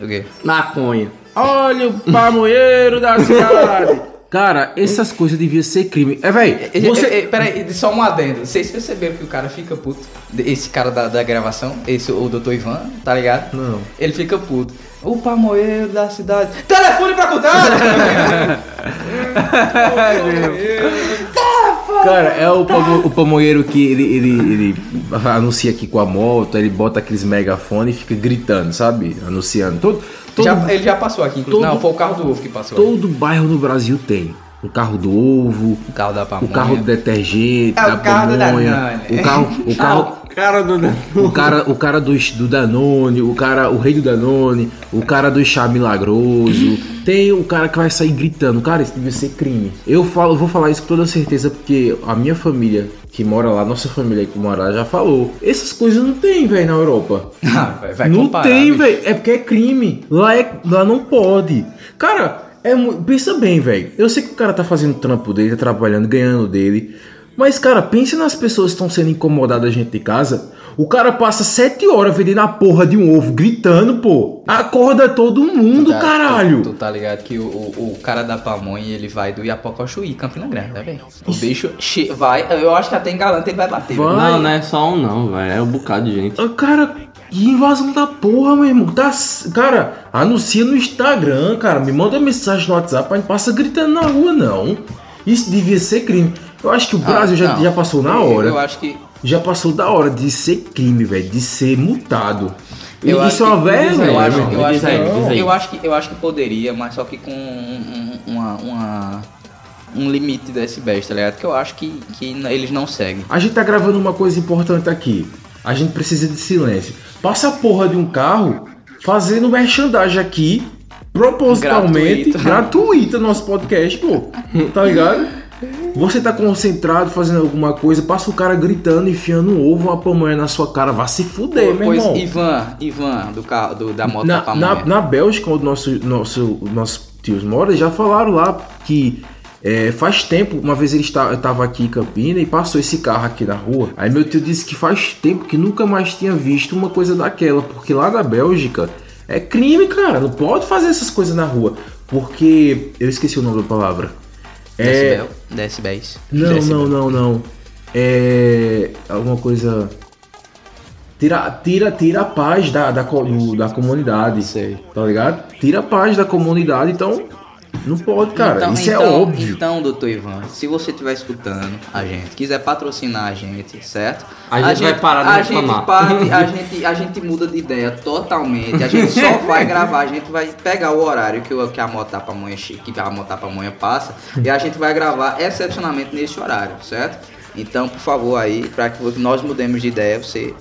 Speaker 1: O quê?
Speaker 3: Maconha.
Speaker 2: Olha o pamonheiro da cidade. Cara, essas coisas deviam ser crime. É,
Speaker 1: E-
Speaker 2: véi,
Speaker 1: e-
Speaker 2: você...
Speaker 1: e- Peraí, só um adendo. Vocês perceberam que o cara fica puto? Esse cara da, da gravação, esse o Dr. Ivan, tá ligado?
Speaker 2: Não.
Speaker 1: Ele fica puto. O pamoeiro da cidade. Telefone pra contar!
Speaker 2: Cara, é o,
Speaker 1: Tá.
Speaker 2: pamo, o pamonheiro que ele, ele, ele anuncia aqui com a moto, ele bota aqueles megafones e fica gritando, sabe? Anunciando. Todo, todo,
Speaker 1: Já- ele já passou aqui, inclusive.
Speaker 2: todo-
Speaker 1: Não, foi o carro do ovo que passou.
Speaker 2: todo bairro no Brasil tem. O carro do ovo,
Speaker 1: O carro da
Speaker 2: o
Speaker 1: pamonha.
Speaker 2: carro do detergente,
Speaker 1: É,
Speaker 2: da
Speaker 1: o carro da
Speaker 2: pamonha,
Speaker 1: Danone.
Speaker 2: o carro, o
Speaker 3: Ah,
Speaker 2: carro,
Speaker 3: o cara do.
Speaker 2: O cara, o cara do, do Danone, o cara, o rei do Danone, o cara do chá milagroso. Tem o cara que vai sair gritando, cara, isso devia ser crime. Eu falo, vou falar isso com toda certeza, porque a minha família que mora lá, nossa família que mora lá já falou. Essas coisas não tem, velho, na Europa.
Speaker 1: Ah, vai- vai
Speaker 2: não
Speaker 1: comparar,
Speaker 2: tem,
Speaker 1: bicho.
Speaker 2: velho. É porque é crime. Lá, é, lá não pode. Cara, é, mu- pensa bem, velho. Eu sei que o cara tá fazendo o trampo dele, tá trabalhando, ganhando dele. Mas, cara, pensa nas pessoas que estão sendo incomodadas gente de casa. O cara passa sete horas vendendo a porra de um ovo, gritando, pô. Acorda todo mundo,
Speaker 1: Tu tá-
Speaker 2: caralho.
Speaker 1: Tu, tu tá ligado que o, o, o cara da pamonha, ele vai do Iapocochuí, Campina Grande, né, velho? O bicho che- vai, eu acho que até em Galante ele vai bater.
Speaker 2: Vai.
Speaker 1: velho.
Speaker 3: Não, não é só um não, velho. É um bocado de gente.
Speaker 2: Ah, Cara, que invasão da porra, meu irmão. Tá, c- cara, anuncia no Instagram, cara. Me manda mensagem no WhatsApp, a gente passa gritando na rua, não. Isso devia ser crime. Eu acho que o
Speaker 1: Ah,
Speaker 2: Brasil já,
Speaker 1: não.
Speaker 2: já passou na
Speaker 1: Eu-
Speaker 2: hora.
Speaker 1: Eu acho que
Speaker 2: Já passou da hora de ser crime, velho. De ser multado. E
Speaker 1: Eu acho
Speaker 2: isso é uma
Speaker 1: que-
Speaker 2: vergonha,
Speaker 1: Eu acho,
Speaker 2: meu
Speaker 1: eu
Speaker 2: irmão.
Speaker 1: acho,
Speaker 3: Diz aí, diz aí.
Speaker 1: eu acho que eu acho que poderia, mas só que com um- um- uma, uma- um limite desse besta, tá ligado? Que eu acho que, que n- eles não seguem.
Speaker 2: A gente tá gravando uma coisa importante aqui. A gente precisa de silêncio. Passa a porra de um carro fazendo merchandising aqui, propositalmente,
Speaker 1: Gratuito.
Speaker 2: gratuita no nosso podcast, pô. Tá ligado? Você tá concentrado fazendo alguma coisa, passa o cara gritando, enfiando um ovo, uma pamonha na sua cara, vá se fuder, meu
Speaker 1: pois
Speaker 2: irmão.
Speaker 1: Ivan, Ivan do carro do- da moto da um, né?
Speaker 2: Na,
Speaker 1: pamonha.
Speaker 2: na, na Bélgica, onde nosso, nosso, nossos tios moram, já falaram lá que é, faz tempo, uma vez ele estava aqui em Campina e passou esse carro aqui na rua. Aí meu tio disse que faz tempo que nunca mais tinha visto uma coisa daquela, porque lá na Bélgica é crime, cara. Não pode fazer essas coisas na rua. Porque. Eu esqueci o nome da palavra. É.
Speaker 1: Decibel, decibéis.
Speaker 2: Não,
Speaker 1: Decibel.
Speaker 2: não, não, não. É. Alguma coisa. Tira, tira, tira a paz da, da, co- do- da comunidade.
Speaker 1: Sei.
Speaker 2: Tá ligado? Tira a paz da comunidade, então. Não pode, cara.
Speaker 1: Então-
Speaker 2: Isso é
Speaker 1: então-
Speaker 2: óbvio.
Speaker 1: Então, doutor Ivan, se você estiver escutando a gente, quiser patrocinar a gente, certo?
Speaker 3: A gente vai parar de
Speaker 1: a gente,
Speaker 3: reclamar.
Speaker 1: para de- a, gente, a gente muda de ideia totalmente. A gente só vai gravar, a gente vai pegar o horário que, o- que a moto pra manhã, que a moto pra manhã passa e a gente vai gravar excepcionalmente nesse horário, certo? Então, por favor, aí, para que nós mudemos de ideia, você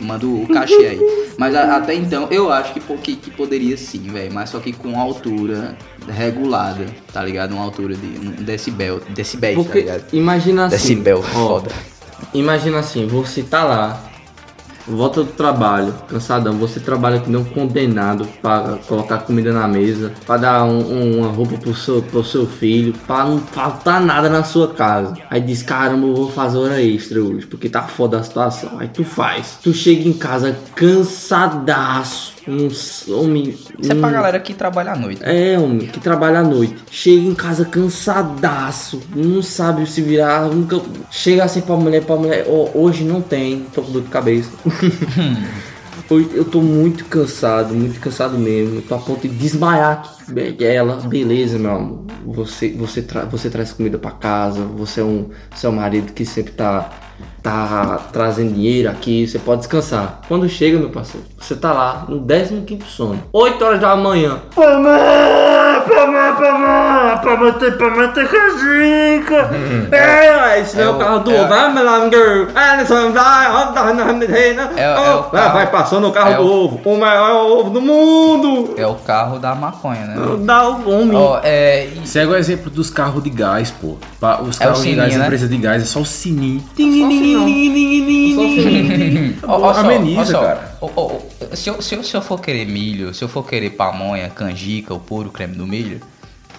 Speaker 1: Manda o cachê aí. Mas a- até então, eu acho que, po- que, que poderia sim, velho. Mas só que com altura regulada, tá ligado? Uma altura de um decibel, decibéis, tá
Speaker 3: Porque
Speaker 1: ligado?
Speaker 3: imagina assim.
Speaker 1: Decibel,
Speaker 3: ó,
Speaker 1: foda.
Speaker 3: Imagina assim, você tá lá, Volta do trabalho, cansadão. Você trabalha que nem um condenado para colocar comida na mesa, para dar um- um- uma roupa pro seu, pro seu filho, para não faltar nada na sua casa. Aí diz: caramba, eu vou fazer hora extra hoje, porque tá foda a situação. Aí tu faz. Tu chega em casa cansadaço, um some.
Speaker 1: Isso é pra
Speaker 2: Hum.
Speaker 3: um-
Speaker 1: galera que trabalha à noite.
Speaker 3: é, homem, que trabalha à noite. Chega em casa cansadaço, não sabe se virar, nunca. Chega assim pra mulher, pra mulher, ó, hoje não tem, tô com dor de cabeça.
Speaker 2: É.
Speaker 3: Hoje eu tô muito cansado, muito cansado mesmo. Tô a ponto de desmaiar aqui. Be- Ela, beleza, meu amor. Você, você, tra você traz comida pra casa, você é um seu marido que sempre tá, tá trazendo dinheiro aqui, você pode descansar. Quando chega, meu parceiro, você tá lá no 15 sono, 8 horas da manhã. Pamã, pamã, pamã, pamã, tem- pamã, tem cajica. É, esse é
Speaker 1: É
Speaker 3: o
Speaker 1: o-
Speaker 3: carro do
Speaker 1: é o-
Speaker 3: Vai, Melango. Ah, não sei, vai, ó, tá, dá, dá, dá, dá.
Speaker 1: É- é o
Speaker 3: Ah,
Speaker 1: carro.
Speaker 3: vai passando o carro
Speaker 1: É
Speaker 3: do
Speaker 1: o-
Speaker 3: ovo. O maior ovo do mundo.
Speaker 1: É o carro da maconha,
Speaker 2: Hum.
Speaker 1: né?
Speaker 3: Dá o homem.
Speaker 1: Ó, é. e-
Speaker 2: Segue o exemplo dos carros de gás, pô. Pa- Os
Speaker 1: É o
Speaker 2: carros de
Speaker 1: sininho,
Speaker 2: gás,
Speaker 1: né?
Speaker 2: empresa de gás, é só o sininho.
Speaker 1: um Ó, ó só,
Speaker 2: Ameniza,
Speaker 1: ó só.
Speaker 2: cara.
Speaker 1: Ó, ó, ó, se, eu, se, eu, se eu for querer milho, se eu for querer pamonha, canjica, o puro creme do milho,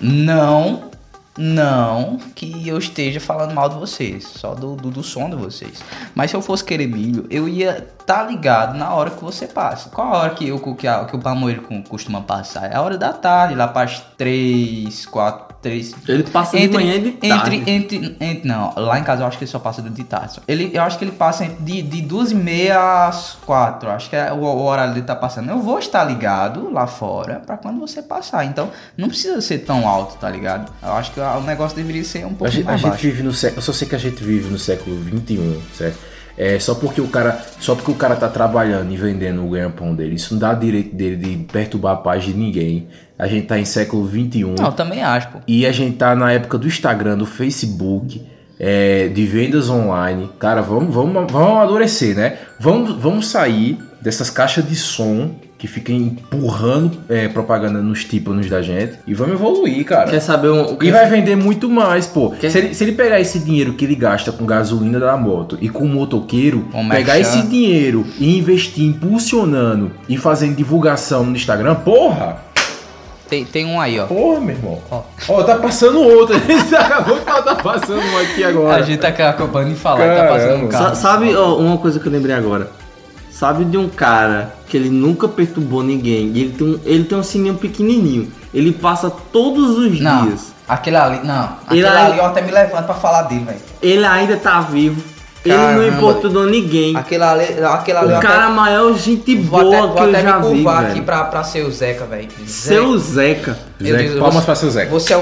Speaker 1: não, não que eu esteja falando mal de vocês, só do, do, do som de vocês. Mas se eu fosse querer milho, eu ia tá ligado na hora que você passa. Qual a hora que, eu, que, a- que o pamonheiro com- costuma passar? É a hora da tarde, lá para as 3, 4, 3,
Speaker 3: Ele passa de manhã e de
Speaker 1: Tá.
Speaker 3: tarde.
Speaker 1: entre, entre, entre- não, lá em casa eu acho que ele só passa de tarde. só. Ele, eu acho que ele passa entre- de, de duas e meia às quatro. Acho que é o, o horário dele tá passando. Eu vou estar ligado lá fora pra quando você passar. Então, não precisa ser tão alto, tá ligado? Eu acho que o negócio deveria ser um
Speaker 2: A
Speaker 1: pouco
Speaker 2: gente, a
Speaker 1: mais
Speaker 2: gente
Speaker 1: baixo.
Speaker 2: vive no século. Eu só sei que a gente vive no século XXI, certo? É, só porque o cara. Só porque o cara tá trabalhando e vendendo o ganha-pão dele. Isso não dá direito dele de perturbar a paz de ninguém. A gente tá em século XXI.
Speaker 1: Não, eu também acho, pô.
Speaker 2: E a gente tá na época do Instagram, do Facebook, é, de vendas online. Cara, vamos, vamos, vamos amadurecer, né? Vamos, vamos sair dessas caixas de som que ficam empurrando é, propaganda nos tímpanos da gente e vamos evoluir,
Speaker 3: Quer
Speaker 2: cara.
Speaker 3: saber um- o que
Speaker 2: E vai vender muito mais, pô.
Speaker 3: Quer-
Speaker 2: Se ele, se ele pegar esse dinheiro que ele gasta com gasolina da moto e com motoqueiro,
Speaker 1: Com
Speaker 2: pegar
Speaker 1: merchan.
Speaker 2: esse dinheiro e investir impulsionando e fazendo divulgação no Instagram, porra!
Speaker 1: Tem, tem um aí, ó.
Speaker 2: Porra, meu irmão.
Speaker 1: Ó.
Speaker 2: Ó, tá passando outro. Acabou de tá passando um aqui
Speaker 1: A
Speaker 2: agora.
Speaker 1: gente tá acabando de falar, tá
Speaker 2: Caramba.
Speaker 1: passando um
Speaker 3: Sa-
Speaker 1: carro.
Speaker 3: sabe ó, uma coisa que eu lembrei agora? Sabe de um cara que ele nunca perturbou ninguém e ele tem um, ele tem um sininho pequenininho. Ele passa todos os
Speaker 1: Não,
Speaker 3: dias.
Speaker 1: aquele ali, não. Aquele
Speaker 3: Ele
Speaker 1: ali
Speaker 3: ali-
Speaker 1: eu até me levanto pra falar dele, velho.
Speaker 3: Ele ainda tá vivo.
Speaker 1: Caramba.
Speaker 3: Ele não importunou ninguém.
Speaker 1: Aquele ali, aquele ali eu
Speaker 3: O
Speaker 1: até-
Speaker 3: cara maior gente
Speaker 1: Vou
Speaker 3: boa
Speaker 1: até, vou
Speaker 3: que eu
Speaker 1: até
Speaker 3: já
Speaker 1: me
Speaker 3: vi,
Speaker 1: curvar
Speaker 3: velho.
Speaker 1: aqui pra, pra seu Zeca, velho.
Speaker 3: Seu Zeca.
Speaker 1: Meu Deus,
Speaker 2: Zeca, palmas
Speaker 1: você-
Speaker 2: pra seu Zeca.
Speaker 1: Você é o.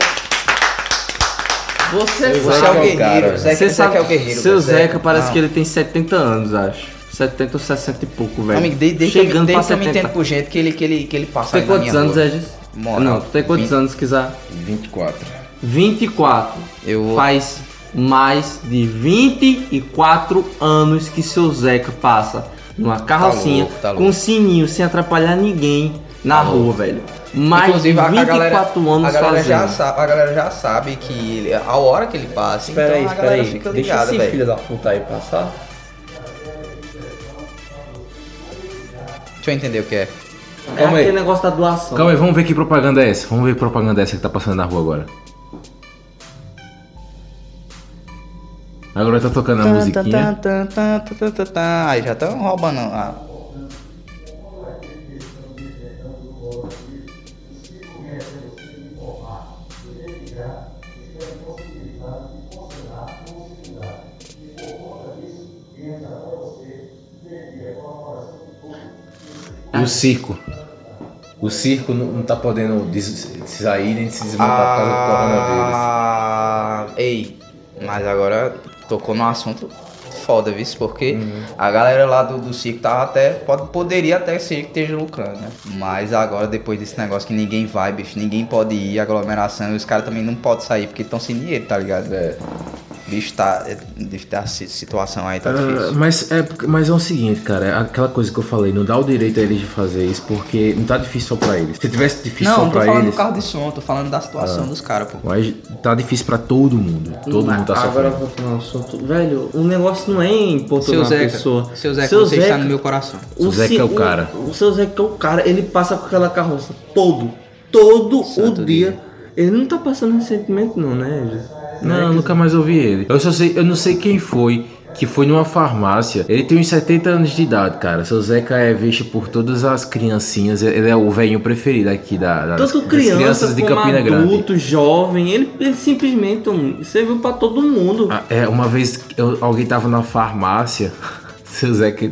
Speaker 3: Você
Speaker 1: Você é o guerreiro. Zeca, Zeca Ah. é o guerreiro.
Speaker 3: Seu
Speaker 1: velho.
Speaker 3: Zeca, parece
Speaker 1: Não.
Speaker 3: que ele tem 70 anos, acho. 70 ou 60 e pouco, velho.
Speaker 1: Ah. Amigo, desde, desde, que, eu-
Speaker 3: Chegando pra
Speaker 1: desde que eu me
Speaker 3: 70.
Speaker 1: entendo por gente que ele, que ele, que ele
Speaker 3: Tu
Speaker 1: passa
Speaker 3: tem
Speaker 1: ali na minha
Speaker 3: quantos anos,
Speaker 1: rua.
Speaker 3: Regis?
Speaker 1: Moral.
Speaker 3: Não, tu tem quantos
Speaker 1: Vinte-
Speaker 3: anos, quiser?
Speaker 2: 24.
Speaker 3: 24.
Speaker 1: Eu vou-
Speaker 3: Faz mais de 24 anos que seu Zeca passa numa carrocinha
Speaker 1: louco, tá louco.
Speaker 3: com sininho sem atrapalhar ninguém na
Speaker 1: Tá
Speaker 3: rua,
Speaker 1: louco.
Speaker 3: velho. Mais
Speaker 1: Inclusive, a,
Speaker 3: de 24
Speaker 1: a galera,
Speaker 3: anos
Speaker 1: a galera
Speaker 3: fazendo.
Speaker 1: já sabe, A galera já sabe que ele- a hora que ele passa, então a galera fica ligada, velho.
Speaker 3: da puta aí passar.
Speaker 1: Deixa eu entender o que é.
Speaker 3: É
Speaker 2: Calma aí.
Speaker 3: aquele negócio da doação.
Speaker 2: Calma aí, vamos ver que propaganda é essa. Vamos ver que propaganda é essa que tá passando na rua agora. Agora tá tocando a musiquinha.
Speaker 1: Tan, tan, tan, tan, tan, tan. tá, Aí já estão roubando ah. a.
Speaker 2: E o circo. O circo não, não tá podendo des- sair nem se desmontar
Speaker 3: tá
Speaker 2: por causa do coronavírus.
Speaker 1: Ah, ei, mas agora tocou num assunto foda, viu? Porque
Speaker 2: Hum.
Speaker 1: a galera lá do, do circo tava até. Pode, poderia até ser que esteja lucrando, né? Mas agora, depois desse negócio que ninguém vai, bicho, ninguém pode ir, aglomeração, e os caras também não podem sair, porque estão sem dinheiro, tá ligado?
Speaker 2: É.
Speaker 1: de estar, de estar a si- situação aí tá
Speaker 2: Ah,
Speaker 1: difícil.
Speaker 2: mas, é, porque- mas é o seguinte, cara, é aquela coisa que eu falei, não dá o direito a eles de fazer isso, porque não tá difícil só pra eles. Se tivesse difícil
Speaker 1: Não,
Speaker 2: só
Speaker 1: não tô
Speaker 2: pra
Speaker 1: falando
Speaker 2: eles, Ah.
Speaker 1: do carro de som, tô falando da situação dos caras, pô.
Speaker 2: mas tá difícil pra todo mundo. Todo mundo
Speaker 1: ah,
Speaker 2: tá
Speaker 3: Agora
Speaker 2: sofrendo.
Speaker 3: voltando ao um assunto. Velho, o negócio não é
Speaker 1: Seu
Speaker 3: importunar a
Speaker 1: Zeca,
Speaker 3: pessoa.
Speaker 1: seu Zeca,
Speaker 3: Seu
Speaker 1: você
Speaker 3: Zeca-
Speaker 1: está no meu coração.
Speaker 2: Seu Zeca
Speaker 3: ci-
Speaker 2: é o cara.
Speaker 3: O, o seu Zeca é o cara, ele passa com aquela carroça todo, todo
Speaker 1: Santo
Speaker 3: o dia.
Speaker 1: dia.
Speaker 3: Ele não tá passando ressentimento não, né? Gil?
Speaker 2: Não,
Speaker 3: Né,
Speaker 2: eu
Speaker 3: que-
Speaker 2: nunca mais ouvi ele. Eu só sei, eu não sei quem foi que foi numa farmácia. Ele tem uns 70 anos de idade, cara. Seu Zeca é visto por todas as criancinhas. Ele é o velhinho preferido aqui da, da-
Speaker 3: Tanto
Speaker 2: das
Speaker 3: criança
Speaker 2: crianças de
Speaker 3: como
Speaker 2: Campina Grande.
Speaker 3: adulto, jovem, ele, ele simplesmente um, serviu pra todo mundo.
Speaker 2: Ah, É, uma vez eu- alguém tava na farmácia. Seu Zeca.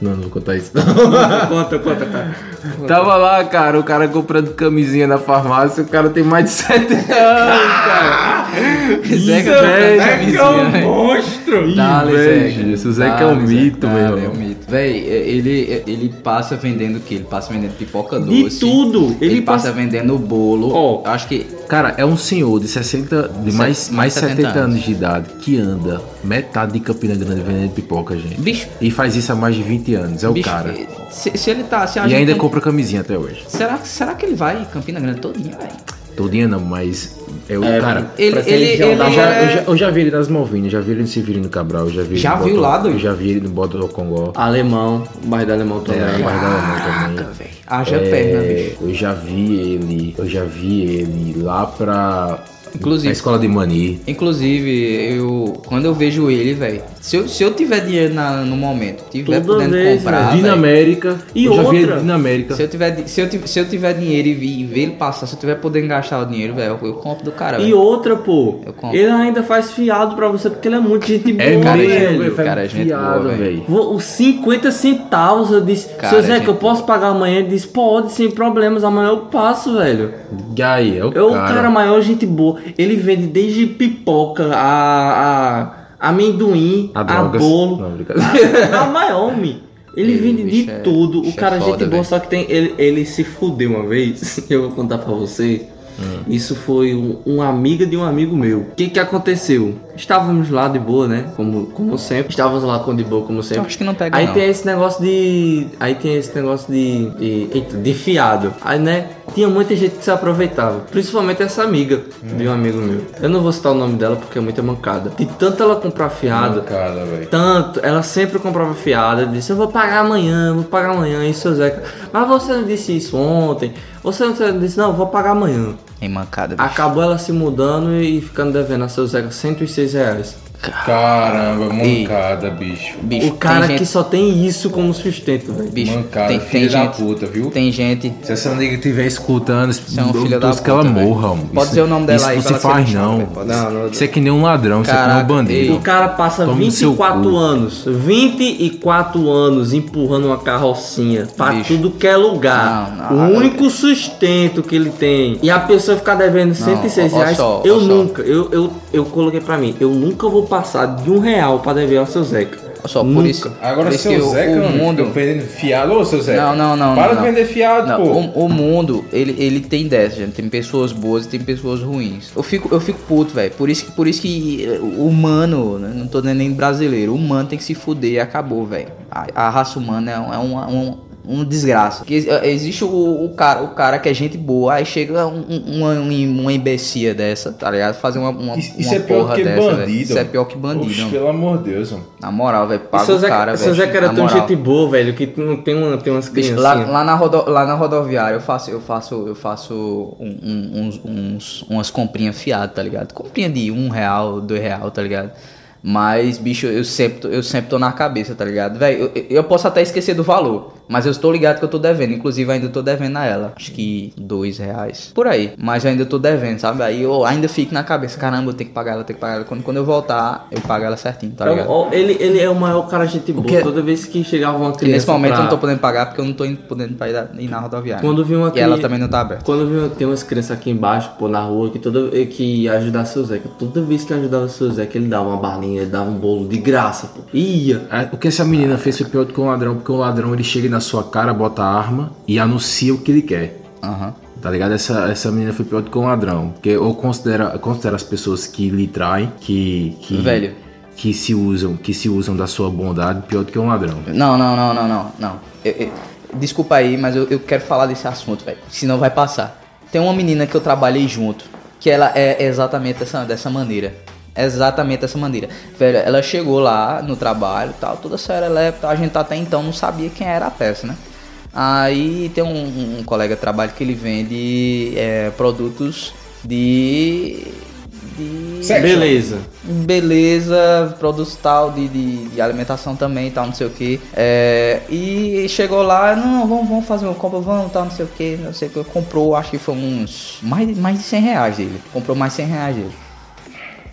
Speaker 2: Não, não vou contar isso. não.
Speaker 3: Conta, conta, tá. cara.
Speaker 2: Tava lá, cara, o cara comprando camisinha na farmácia, o cara tem mais de 70 anos, cara.
Speaker 1: Zeca comprando
Speaker 2: velho,
Speaker 3: É
Speaker 2: Zeca
Speaker 1: camisinha, velho.
Speaker 3: um monstro!
Speaker 1: Tá
Speaker 2: Dale, Zeca. Esse Zeca é um mito, meu
Speaker 1: velho. É um
Speaker 2: irmão.
Speaker 1: mito. Véi, ele, é, ele passa vendendo o quê? Ele passa vendendo pipoca
Speaker 3: De
Speaker 1: doce.
Speaker 3: tudo!
Speaker 1: Ele, passa... vendendo bolo.
Speaker 3: Ó.
Speaker 1: Eu Acho que
Speaker 2: Cara, é um senhor de 60, de
Speaker 1: Se-
Speaker 2: mais, mais 70,
Speaker 1: 70
Speaker 2: anos de idade que anda metade de Campina Grande vendendo pipoca, gente.
Speaker 1: Bicho.
Speaker 2: E faz isso há mais de 20 anos, é o
Speaker 1: bicho,
Speaker 2: cara.
Speaker 1: Se, se ele tá. Se a
Speaker 2: E
Speaker 1: gente
Speaker 2: ainda
Speaker 1: tem-
Speaker 2: compra camisinha até hoje.
Speaker 1: será, será que ele vai em Campina Grande todinha, velho?
Speaker 2: Todinha não, mas é o
Speaker 3: É,
Speaker 2: cara.
Speaker 1: Ele,
Speaker 3: Parece
Speaker 1: ele, ele,
Speaker 3: que ele já
Speaker 2: Eu
Speaker 3: dá
Speaker 2: já,
Speaker 1: é-
Speaker 2: eu, já, eu já vi ele nas Malvinas, já vi ele no Severino Cabral, já vi
Speaker 1: Já
Speaker 2: ele no
Speaker 1: viu
Speaker 2: Botó-
Speaker 1: lá, doido? Ah,
Speaker 2: Já vi ele no Bota do Congó.
Speaker 3: Alemão, bairro da Alemão também.
Speaker 2: É, mas dá uma mão também.
Speaker 1: Caraca, velho. Haja perna,
Speaker 2: É,
Speaker 1: bicho.
Speaker 2: Eu já vi ele, eu já vi ele lá pra.
Speaker 1: Inclusive.
Speaker 2: Na escola de Mani.
Speaker 1: Inclusive, eu. Quando eu vejo ele, velho. Se eu, se eu tiver dinheiro na- no momento, tiver
Speaker 3: Toda
Speaker 1: podendo
Speaker 3: vez, né?
Speaker 1: comprar.
Speaker 2: Dinamérica.
Speaker 1: véi,
Speaker 3: E
Speaker 2: eu já vi ele
Speaker 3: outra?
Speaker 2: Dinamérica.
Speaker 1: Se eu tiver, di- se eu, ti- se eu tiver dinheiro e vi- e ver ele passar, se eu tiver podendo gastar o dinheiro, velho, eu, eu compro do cara.
Speaker 3: E
Speaker 1: velho.
Speaker 3: outra, pô,
Speaker 1: Tá Eu compro.
Speaker 3: ele ainda faz fiado pra você porque ele é muito gente boa,
Speaker 2: É mesmo,
Speaker 1: cara é
Speaker 3: velho.
Speaker 2: velho.
Speaker 1: cara, é gente
Speaker 2: fiado,
Speaker 1: boa,
Speaker 2: velho.
Speaker 3: Vou- Os 50 centavos, eu disse,
Speaker 1: Cara, é
Speaker 3: seu
Speaker 1: gente
Speaker 3: Zeca, eu
Speaker 1: boa.
Speaker 3: posso pagar amanhã? Ele disse, pode, sem problemas, amanhã eu passo, velho.
Speaker 2: E aí, é o
Speaker 3: É o
Speaker 2: cara.
Speaker 3: cara maior gente boa. Ele vende desde pipoca a, a amendoim, a,
Speaker 2: A drogas.
Speaker 3: bolo.
Speaker 2: Não, brincadeira.
Speaker 3: a Miami. Ele
Speaker 1: Ei,
Speaker 3: vende de
Speaker 1: bicho, é-
Speaker 3: tudo. O
Speaker 1: bicho é
Speaker 3: cara é gente
Speaker 1: foda,
Speaker 3: boa,
Speaker 1: véi.
Speaker 3: só que tem. Ele, ele se fudeu uma vez. Eu vou contar pra vocês.
Speaker 1: Hum.
Speaker 3: Isso foi um, uma amiga de um amigo meu. O que que aconteceu? Estávamos lá de boa, né? Como, como sempre. Estávamos lá com de boa, como
Speaker 1: Eu
Speaker 3: sempre.
Speaker 1: acho que não pega
Speaker 3: Aí
Speaker 1: não.
Speaker 3: tem esse negócio de. Aí tem esse negócio de. de, eita, de fiado. Aí, né? Tinha muita gente que se aproveitava. Principalmente essa amiga de
Speaker 1: Hum.
Speaker 3: um amigo meu. Eu não vou citar o nome dela porque é muita mancada. De tanto ela comprar fiado,
Speaker 2: cara, velho.
Speaker 3: tanto, ela sempre comprava fiada, disse, eu vou pagar amanhã, vou pagar amanhã, e seu Zeca, mas você não disse isso ontem, você não disse, não, eu vou pagar amanhã.
Speaker 1: Em mancada, bicho.
Speaker 3: Acabou ela se mudando e ficando devendo a seu Zeca 106 reais.
Speaker 2: Caramba,
Speaker 1: mancada,
Speaker 2: bicho.
Speaker 1: Bicho,
Speaker 3: o cara
Speaker 1: tem
Speaker 3: que
Speaker 1: gente,
Speaker 3: só tem isso como sustento, velho.
Speaker 1: bicho,
Speaker 2: mancada,
Speaker 1: tem,
Speaker 2: filha
Speaker 1: tem
Speaker 2: da
Speaker 1: gente,
Speaker 2: puta, viu?
Speaker 1: Tem gente.
Speaker 2: Se essa nega estiver escutando,
Speaker 1: é um
Speaker 2: eu
Speaker 1: filho da
Speaker 2: torço que ela
Speaker 1: puta, velho.
Speaker 2: morra, mano.
Speaker 1: Pode
Speaker 2: Isso-
Speaker 1: dizer o nome dela aí
Speaker 2: Isso
Speaker 1: pra
Speaker 2: não se
Speaker 1: ela ser
Speaker 2: faz,
Speaker 1: bichada,
Speaker 2: não.
Speaker 1: velho. Pode
Speaker 3: dizer. Não, não-
Speaker 2: Isso é que nem um ladrão, isso é que nem um
Speaker 1: Caraca,
Speaker 2: bandido.
Speaker 1: ei.
Speaker 3: O cara passa
Speaker 2: Toma no seu
Speaker 3: 24
Speaker 2: cu.
Speaker 3: anos, 24 anos empurrando uma carrocinha pra
Speaker 1: Bicho.
Speaker 3: tudo que é lugar.
Speaker 1: Não, não,
Speaker 3: o
Speaker 1: não.
Speaker 3: único sustento que ele tem. E a pessoa ficar devendo 106
Speaker 1: ó- ó
Speaker 3: reais.
Speaker 1: só, ó
Speaker 3: eu
Speaker 1: só.
Speaker 3: nunca, eu, eu, eu coloquei pra mim, eu nunca vou passar de um real pra dever ao seu Zeca.
Speaker 1: Olha só, por
Speaker 3: Nunca.
Speaker 1: isso. por isso que o-
Speaker 3: é
Speaker 1: o mundo.
Speaker 2: vendendo fiado, ô seu
Speaker 1: Não, não, não. não, não.
Speaker 2: fiado,
Speaker 1: Não, o, o mundo, ele, ele tem dessa, gente. Tem pessoas boas e tem pessoas ruins. Eu fico, eu fico puto, velho. Por isso, que- por isso que eh, o humano, né, não tô dizendo nem brasileiro, o humano tem que se fuder e acabou, velho. A, a raça humana é, um- é uma- um, um desgraça. Porque ex- eh, existe o, o cara, o cara que é gente boa, aí chega um, um- uma, uma imbecia dessa, tá ligado? Fazer uma, uma, uma porra dessa, velho. Isso é pior que bandido.
Speaker 2: Oxe,
Speaker 1: mano.
Speaker 2: pelo amor de Deus, mano.
Speaker 1: Na moral, velho,
Speaker 3: E
Speaker 1: paga
Speaker 3: seu
Speaker 1: o
Speaker 3: Zeca,
Speaker 1: cara, velho.
Speaker 3: seu Zeca era
Speaker 1: na
Speaker 3: tão
Speaker 1: moral.
Speaker 3: gente boa, velho, que não tem, uma, tem umas
Speaker 1: Bicho, lá,
Speaker 3: criancinhas.
Speaker 1: lá na rodo- lá na rodoviária eu faço, eu faço, eu faço um- um- uns, uns- umas comprinhas fiadas, tá ligado? Comprinha de um real, dois real, tá ligado? Mas, bicho, eu sempre, tô- eu sempre tô na cabeça, tá ligado? Velho, eu, eu posso até esquecer do valor, mas eu estou ligado que eu tô devendo. Inclusive, ainda tô devendo a ela. Acho que dois reais. Por aí. Mas eu ainda tô devendo, sabe? Aí eu ainda fico na cabeça, caramba, eu tenho que pagar ela, eu tenho que pagar ela. Quando, quando eu voltar, eu pago ela certinho, tá
Speaker 3: Então,
Speaker 1: ligado?
Speaker 3: ó, ele, ele é o maior cara gente boa.
Speaker 2: que-
Speaker 3: Toda vez que chegava uma
Speaker 1: E
Speaker 3: criança.
Speaker 1: nesse momento
Speaker 3: pra-
Speaker 1: eu não tô podendo pagar porque eu não tô indo- podendo pra ir na- ir na rodoviária.
Speaker 3: Quando vi uma
Speaker 1: E ela
Speaker 3: cri-
Speaker 1: também não tá aberta.
Speaker 3: Quando eu vi- tem umas crianças aqui embaixo, pô, na rua, que toda que ajudar seu Zeca. Toda vez que ajudava seu Zeca, ele dava uma balinha, ele dava um bolo de graça, pô. Ia.
Speaker 2: Ah, O que essa menina fez foi pior do que um ladrão, porque um ladrão ele chega na sua cara, bota a arma e anuncia o que ele quer.
Speaker 1: Aham.
Speaker 2: Tá ligado? Essa, essa menina foi pior do que um ladrão. Porque eu considero, eu considero as pessoas que lhe traem, que. que
Speaker 1: Velho.
Speaker 2: Que se usam, que se usam da sua bondade pior do que um ladrão.
Speaker 1: Não, não, não, não, não, não. Eu- eu- desculpa aí, mas eu, eu quero falar desse assunto, velho. Senão vai passar. Tem uma menina que eu trabalhei junto, que ela é exatamente dessa, dessa maneira. Exatamente dessa maneira. Velho, ela chegou lá no trabalho e tal, toda séria, ela é- a gente até então não sabia quem era a peça, né? Aí tem um, um colega de trabalho que ele vende é, produtos de. de
Speaker 3: Beleza.
Speaker 1: beleza, produtos tal, de, de, de alimentação também, tal, não sei o que. e chegou lá, não, não, vamos, vamos fazer uma compra, vamos, tal, não sei o que, não sei o que. Comprou, acho que foi uns. Mais, de- mais de 100 reais dele. Comprou mais 100 reais dele.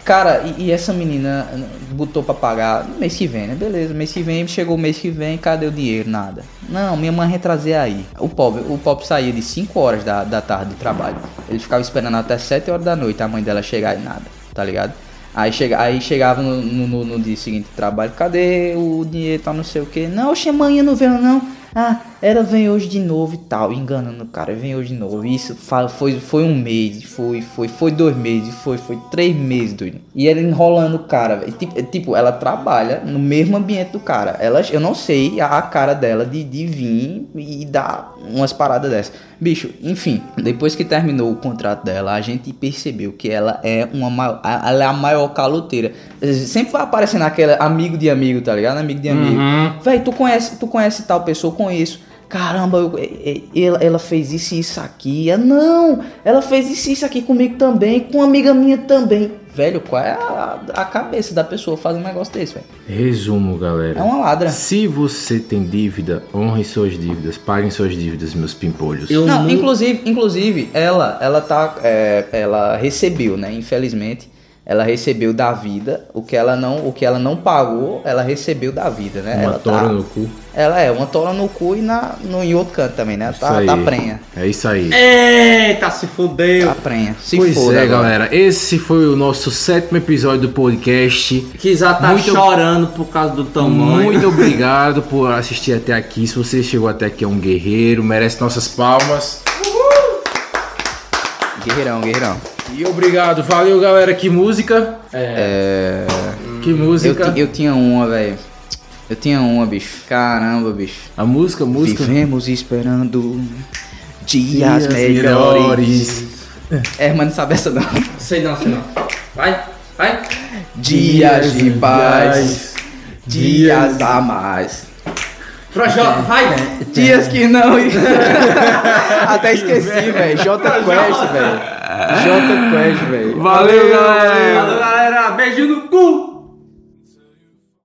Speaker 1: Cara, e, e essa menina botou pra pagar no mês que vem, né? Beleza, mês que vem, chegou o mês que vem, cadê o dinheiro? Nada. Não, minha mãe retrazer aí. O pobre, o pobre saía de 5 horas da, da tarde do trabalho. Ele ficava esperando até 7 horas da noite a mãe dela chegar e nada, tá ligado? Aí, chega, aí chegava no, no, no- no dia seguinte do trabalho, cadê o dinheiro, tal, não sei o que. Não, oxe, amanhã não veio não. Ah, ela vem hoje de novo e tal, enganando o cara, vem hoje de novo. Isso fa- foi, foi um mês, foi, foi, foi dois meses, foi, foi três meses, doido. E ela enrolando o cara, velho. Tipo, é, tipo, ela trabalha no mesmo ambiente do cara. Ela, eu não sei a, a cara dela de, de vir e dar umas paradas dessas. Bicho, enfim, depois que terminou o contrato dela, a gente percebeu que ela é uma ma- a- ela é a maior caloteira. Sempre vai aparecendo aquele amigo de amigo, tá ligado? Amigo de
Speaker 3: Uhum.
Speaker 1: amigo.
Speaker 3: Hum.
Speaker 1: Véi, tu conhece, tu conhece tal pessoa, Eu conheço. Caramba, eu- e- e- ela, ela fez isso e isso aqui. Ah, não, ela fez isso e isso aqui comigo também, com uma amiga minha também. Velho, qual é a, a cabeça da pessoa fazer um negócio desse, velho?
Speaker 2: Resumo, galera.
Speaker 1: É uma ladra.
Speaker 2: Se você tem dívida, honre suas dívidas, paguem suas dívidas, meus pimpolhos.
Speaker 3: Eu
Speaker 1: Não,
Speaker 3: nu-
Speaker 1: inclusive, inclusive, ela, ela tá, é, ela recebeu, né? Infelizmente, ela recebeu da vida o que ela não, o que ela não pagou, ela recebeu da vida, né?
Speaker 2: Uma
Speaker 1: ela
Speaker 2: tora
Speaker 1: tá,
Speaker 2: no cu.
Speaker 1: ela é uma tora no cu e na, no, em outro canto também, né?
Speaker 2: Isso
Speaker 1: Tá,
Speaker 2: aí.
Speaker 1: tá prenha.
Speaker 2: É isso aí.
Speaker 3: Eita, se fudeu.
Speaker 1: Tá prenha. Se
Speaker 2: pois
Speaker 1: foda
Speaker 2: é,
Speaker 1: agora.
Speaker 2: galera. Esse foi o nosso sétimo episódio do podcast.
Speaker 3: Que já tá
Speaker 2: Muito-
Speaker 3: chorando por causa do tamanho.
Speaker 2: Muito obrigado por assistir até aqui. Se você chegou até aqui, é um guerreiro, merece nossas palmas.
Speaker 1: Guerreirão, guerreirão.
Speaker 2: E obrigado, valeu galera. Que música,
Speaker 3: É.
Speaker 2: que
Speaker 1: Eu,
Speaker 2: música.
Speaker 1: ti- eu tinha uma, velho. Eu tinha uma, bicho. Caramba, bicho.
Speaker 2: A música, música.
Speaker 1: Vivemos esperando dias,
Speaker 2: Dias
Speaker 1: melhores. É, mas não sabe essa não.
Speaker 3: Sei não, sei não. Vai, vai.
Speaker 1: Dias de paz, dias a mais.
Speaker 3: Projota, vai.
Speaker 1: Dias que não. Até esqueci, velho. Jota Quest, velho. Jota Quest, velho.
Speaker 2: Valeu, galera.
Speaker 3: Valeu, galera. Beijo no cu.